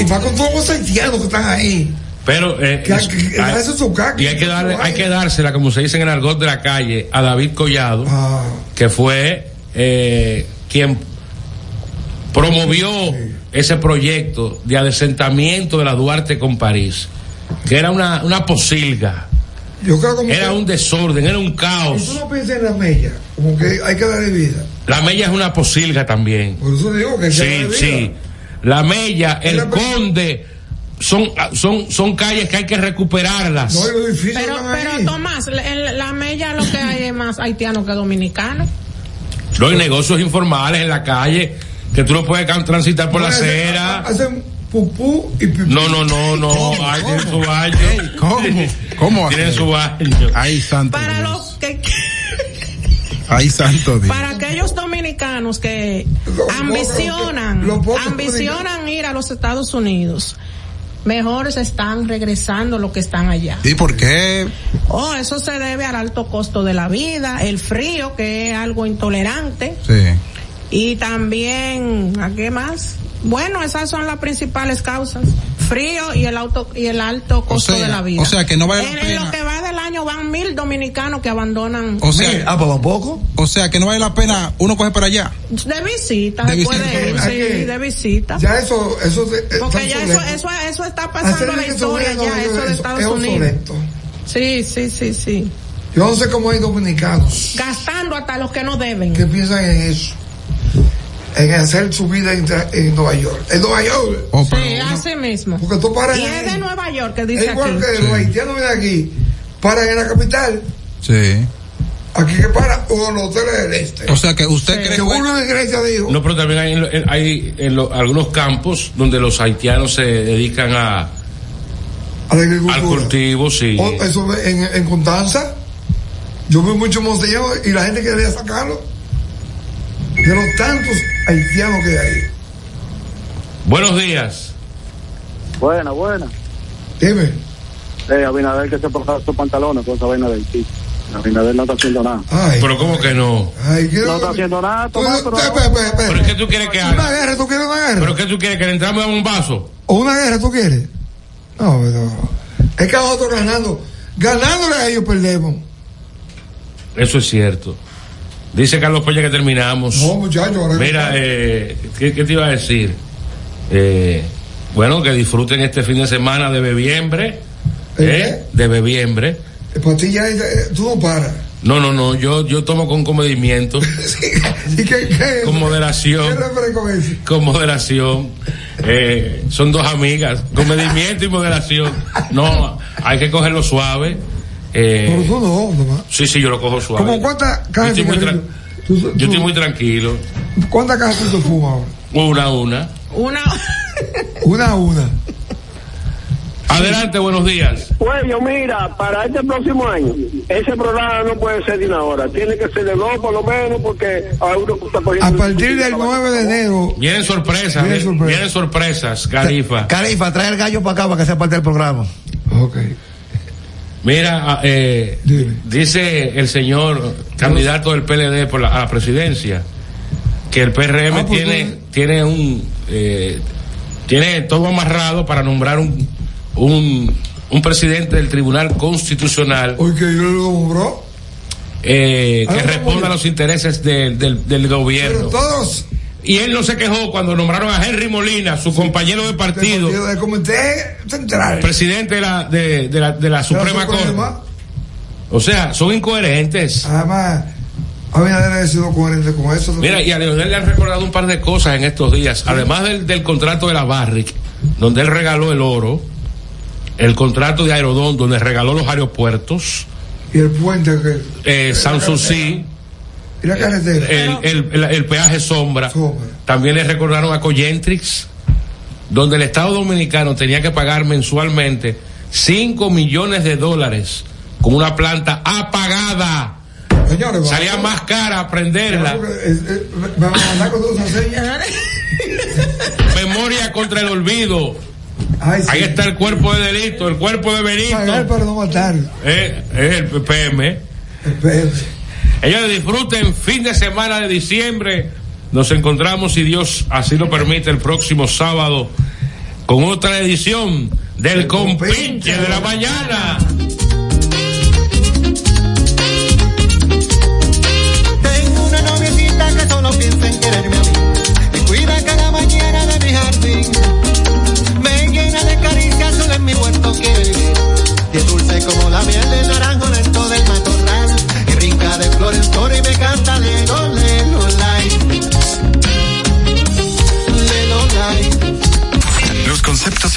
[SPEAKER 1] Y va con todos los haitianos que están ahí.
[SPEAKER 3] Eh, Pero eh,
[SPEAKER 1] Que- que- que
[SPEAKER 3] hay-
[SPEAKER 1] eso es un caco.
[SPEAKER 3] y hay que darle, hay que dársela, como se dice en el argot de la calle, a David Collado,
[SPEAKER 1] Ah.
[SPEAKER 3] que fue eh, quien promovió ese proyecto de adesentamiento de la Duarte con París, que era una, una posilga,
[SPEAKER 1] Yo creo como
[SPEAKER 3] era
[SPEAKER 1] que-
[SPEAKER 3] un desorden, era un
[SPEAKER 1] Si
[SPEAKER 3] caos.
[SPEAKER 1] tú no piensas en la mella, como que hay que darle vida.
[SPEAKER 3] La mella es una posilga también.
[SPEAKER 1] Por eso digo que hay que
[SPEAKER 3] Sí,
[SPEAKER 1] darle vida.
[SPEAKER 3] sí. La mella, el conde, son, son, son calles que hay que recuperarlas.
[SPEAKER 14] Pero, pero Tomás, la- el- la mella lo que hay es más haitiano que dominicano.
[SPEAKER 3] Los negocios informales en la calle, que tú no puedes can- transitar por la
[SPEAKER 1] Bueno, hacen-
[SPEAKER 3] acera.
[SPEAKER 1] Hacen pupú y pipí.
[SPEAKER 3] No, no, no, no. Ay, tienen su baño.
[SPEAKER 2] ¿Cómo? ¿Cómo
[SPEAKER 3] Tienen
[SPEAKER 2] hacer?
[SPEAKER 3] su baño.
[SPEAKER 2] Ay, santo.
[SPEAKER 14] Para
[SPEAKER 2] Dios.
[SPEAKER 14] los que,
[SPEAKER 2] Ay, santo Dios.
[SPEAKER 14] para aquellos dominicanos que ambicionan, ambicionan ir a los Estados Unidos, mejores están regresando los que están allá.
[SPEAKER 2] ¿Y por qué?
[SPEAKER 14] Oh, eso se debe al alto costo de la vida, el frío, que es algo intolerante,
[SPEAKER 2] Sí.
[SPEAKER 14] y también, ¿a qué más? Bueno, esas son las principales causas. Frío y el auto y el alto costo
[SPEAKER 2] sea,
[SPEAKER 14] de la vida.
[SPEAKER 2] o sea, que no vale la
[SPEAKER 14] en, en lo que va del año van mil dominicanos que abandonan
[SPEAKER 2] O sea, ah, pues tampoco. O sea, que no vale la pena uno coge para allá.
[SPEAKER 14] de visita,
[SPEAKER 2] De
[SPEAKER 14] después
[SPEAKER 2] visita.
[SPEAKER 14] de ir,
[SPEAKER 2] ¿A qué?
[SPEAKER 14] sí, de visita.
[SPEAKER 1] Ya eso- eso de- eh,
[SPEAKER 14] Porque
[SPEAKER 1] tan
[SPEAKER 14] ya eso,
[SPEAKER 1] solemne.
[SPEAKER 14] eso, eso está pasando
[SPEAKER 1] Hacerle
[SPEAKER 14] la
[SPEAKER 1] que
[SPEAKER 14] historia
[SPEAKER 1] se vayan
[SPEAKER 14] ya,
[SPEAKER 1] a ver
[SPEAKER 14] eso de
[SPEAKER 1] eso, es
[SPEAKER 14] Estados Unidos.
[SPEAKER 1] obsoleto.
[SPEAKER 14] Sí, sí, sí, sí.
[SPEAKER 1] Yo no sé cómo hay dominicanos
[SPEAKER 14] Gastando hasta los que no deben.
[SPEAKER 1] que piensan en eso, en hacer su vida en, tra- en Nueva York. En Nueva York.
[SPEAKER 14] sí, así mismo.
[SPEAKER 1] Porque tú paras
[SPEAKER 14] y
[SPEAKER 1] ahí.
[SPEAKER 14] es de Nueva York que dice
[SPEAKER 1] Es igual
[SPEAKER 14] aquí.
[SPEAKER 1] que los haitianos vienen aquí, paran en la capital.
[SPEAKER 2] Sí.
[SPEAKER 1] Aquí que para, o en los hoteles del este.
[SPEAKER 2] O sea, que usted cree
[SPEAKER 1] que una iglesia dijo.
[SPEAKER 3] No, pero también hay, en lo- en- hay en lo- algunos campos donde los haitianos se dedican a al cultivo, sí.
[SPEAKER 1] O- eso de- en, en Constanza, yo vi muchos monseñores y la gente quería sacarlo. De los tantos haitianos que hay.
[SPEAKER 3] Buenos días.
[SPEAKER 16] Buena, buena.
[SPEAKER 1] Dime.
[SPEAKER 16] Eh, Abinader que se ponga sus pantalones con esa vaina del ti. Abinader no está haciendo nada.
[SPEAKER 3] Pero ¿cómo que no?
[SPEAKER 16] no está haciendo nada, Tomás, pero...
[SPEAKER 3] ¿Pero qué tú quieres que haga?
[SPEAKER 1] Una guerra, ¿tú quieres una guerra?
[SPEAKER 3] ¿Pero qué tú quieres? ¿Que le entramos a un vaso?
[SPEAKER 1] ¿O una guerra tú quieres? No, no. Es que nosotros ganando, ganándole a ellos perdemos.
[SPEAKER 3] Eso es cierto. Dice Carlos Peña que terminamos.
[SPEAKER 1] No, muchachos, ahora
[SPEAKER 3] Mira, eh, ¿qué, qué te iba a decir? Eh, bueno, que disfruten este fin de semana de bebiembre. ¿eh? De bebiembre.
[SPEAKER 1] Eh, Para ti ya, eh, tú no paras.
[SPEAKER 3] No, no, no, yo, yo tomo con comedimiento,
[SPEAKER 1] ¿Y qué, qué,
[SPEAKER 3] con
[SPEAKER 1] qué
[SPEAKER 3] moderación,
[SPEAKER 1] refresco es ese?
[SPEAKER 3] con moderación. Eh, son dos amigas, comedimiento y moderación. No, hay que cogerlo suave.
[SPEAKER 1] Pero
[SPEAKER 3] Eh,
[SPEAKER 1] tú no, Tomás.
[SPEAKER 3] sí, sí, yo lo cojo suave.
[SPEAKER 1] ¿Cómo cuántas
[SPEAKER 3] Yo
[SPEAKER 1] cajas
[SPEAKER 3] estoy
[SPEAKER 1] de
[SPEAKER 3] muy,
[SPEAKER 1] cigarrillos?
[SPEAKER 3] tran- yo estoy muy tranquilo.
[SPEAKER 1] ¿Cuántas cajas tú te fumas ahora?
[SPEAKER 3] Una a una.
[SPEAKER 14] Una.
[SPEAKER 1] Una a una.
[SPEAKER 3] Adelante, buenos días.
[SPEAKER 20] Bueno, mira, para este próximo año, ese programa no puede ser de una hora. Tiene que ser de dos, por lo menos, porque a uno que está cogiendo.
[SPEAKER 1] A partir del 9 de enero,
[SPEAKER 3] Vienen sorpresas,
[SPEAKER 1] Vienen
[SPEAKER 3] eh,
[SPEAKER 1] sorpresas.
[SPEAKER 3] vienen sorpresas, Carifa.
[SPEAKER 11] Califa, trae el gallo para acá para que sea parte del programa.
[SPEAKER 3] Mira, ah, eh, dice el señor candidato del PLD por la, a la presidencia que el PRM
[SPEAKER 1] Ah, pues
[SPEAKER 3] tiene tiene un eh, tiene todo amarrado para nombrar un un, un presidente del Tribunal Constitucional
[SPEAKER 1] hoy que yo lo nombró,
[SPEAKER 3] eh, que
[SPEAKER 1] Ah,
[SPEAKER 3] responda a los intereses del, del, del gobierno.
[SPEAKER 1] todos.
[SPEAKER 3] Y él no se quejó cuando nombraron a Henry Molina, su compañero de partido,
[SPEAKER 1] Del comité central.
[SPEAKER 3] presidente de la, de, de la, de la Suprema Corte. O sea, son incoherentes.
[SPEAKER 1] Además, Abinader ha sido coherente con eso.
[SPEAKER 3] Mira, y a Leonel le han recordado un par de cosas en estos días. Además del, del contrato de la Barrick, donde él regaló el oro, el contrato de Aerodón, donde regaló los aeropuertos,
[SPEAKER 1] Y el puente que.
[SPEAKER 3] eh, Sanssouci,
[SPEAKER 1] Y la carretera.
[SPEAKER 3] el, el- el- el peaje Sombra. También le recordaron a Coyentrix, donde el Estado Dominicano tenía que pagar mensualmente 5 millones de dólares con una planta apagada.
[SPEAKER 1] Señores,
[SPEAKER 3] Salía más cara prenderla.
[SPEAKER 1] eh, Me van a mandar con todos esos señas.
[SPEAKER 3] Memoria contra el olvido.
[SPEAKER 1] Ay, sí.
[SPEAKER 3] Ahí está el cuerpo de delito, el cuerpo de
[SPEAKER 1] Pagar
[SPEAKER 3] Benito.
[SPEAKER 1] para no matar.
[SPEAKER 3] Eh, eh, el PM. Ellos disfruten fin de semana de diciembre. Nos encontramos, si Dios así lo permite, el próximo sábado con otra edición del Compinche de la Mañana.
[SPEAKER 19] Tengo una noviecita que solo piensa en quererme a mí y cuida cada mañana de mi jardín. Me llena de caricias, solo en mi huerto quiere vivir. Y es dulce como la miel de naranjo dentro del matorral. Y brinca de flor en flor y me canta lelo, lelo, lai. Lelo, lai.
[SPEAKER 8] Los conceptos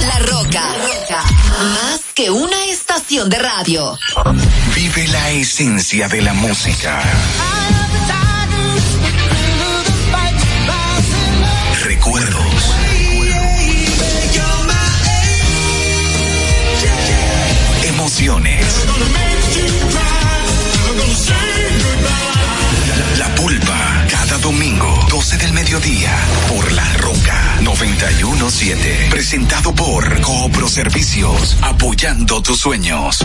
[SPEAKER 21] La Roca. Más que una estación de radio.
[SPEAKER 22] Vive la esencia de la música. Recuerdos. Emociones. La pulpa. Cada domingo, 12 del mediodía, por La Roca 917. Presentado por Coopro Servicios, apoyando tus sueños.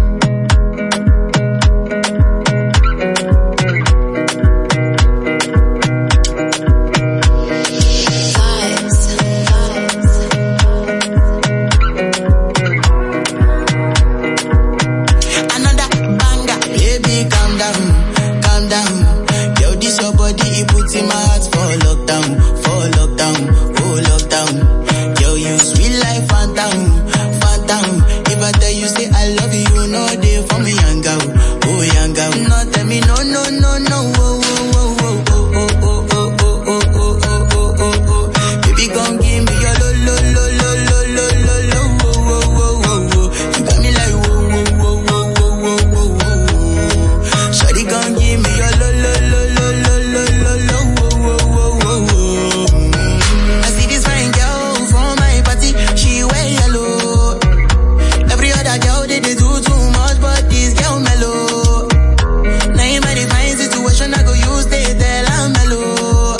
[SPEAKER 23] Another banger, baby, calm down, calm down. Yo, this your body, it puts in my heart for lockdown, for lockdown, oh lockdown. Yo, you sweet life, phantom, phantom. If I tell you say I love you, you know they for me young girl, oh young girl. No, tell me no, no, no, no, oh, oh, oh, oh, oh, oh, oh, oh, oh, oh, oh, oh, oh, oh, oh. Baby, come give me your lo, lo, lo, lo, lo, lo, lo, lo, oh, oh, oh, oh, oh. You got me like whoa, whoa, whoa, whoa, whoa, whoa, whoa, whoa. Shawty gon' give me your lo lo lo lo lo lo lo lo whoa, whoa, whoa, whoa, whoa. Mm. I see this fine girl from my party, she wear yellow. Every other girl they, they do too much, but this girl mellow. Now in my divine situation, I go use they tell I'm mellow.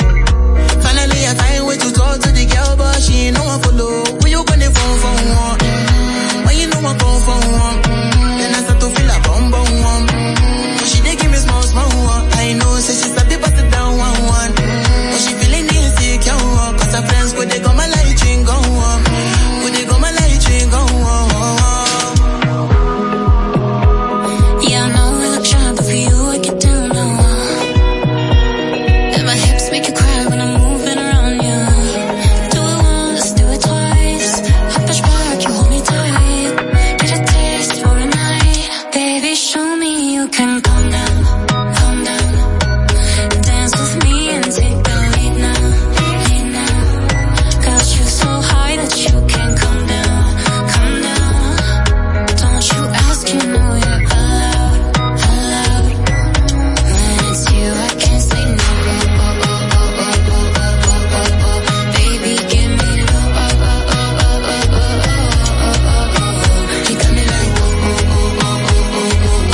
[SPEAKER 23] Finally, I find way to talk to the girl, but she ain't no one follow. When you gonna phone for one? When you know I phone for one? Then I start to feel a bum bum one. When she dey give me small small one, I know say she start to pass it down one one. But she feeling insecure one, cause her friends go they go my light ring go one, go they go my light ring go one.
[SPEAKER 24] Yeah, I know I look shy, but for you I get down now. And my hips make you cry when I'm moving around you. Do it once, do it twice. Hop a spark, you hold me tight. Get a taste for a night, baby. Show me you can calm down, calm down. Dance with me and take the lead now, lead now. Got you so high that you can't come down, come down. Don't you ask, you know you're allowed, allowed. When it's you, I can't say no. Oh, oh, oh, oh, oh, oh, oh, oh, oh, oh. Baby, give me the oh, oh, oh, oh, oh, oh, oh, oh, oh, oh, oh. You got me like oh, oh, oh, oh, oh, oh, oh,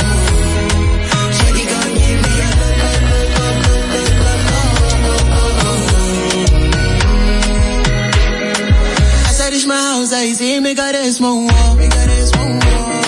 [SPEAKER 24] oh. Shawty gon' give me a lo, lo, lo, lo, lo, lo, lo, lo, oh, oh, oh.
[SPEAKER 23] As I reach my house, I see me got a small wall, me got a small wall.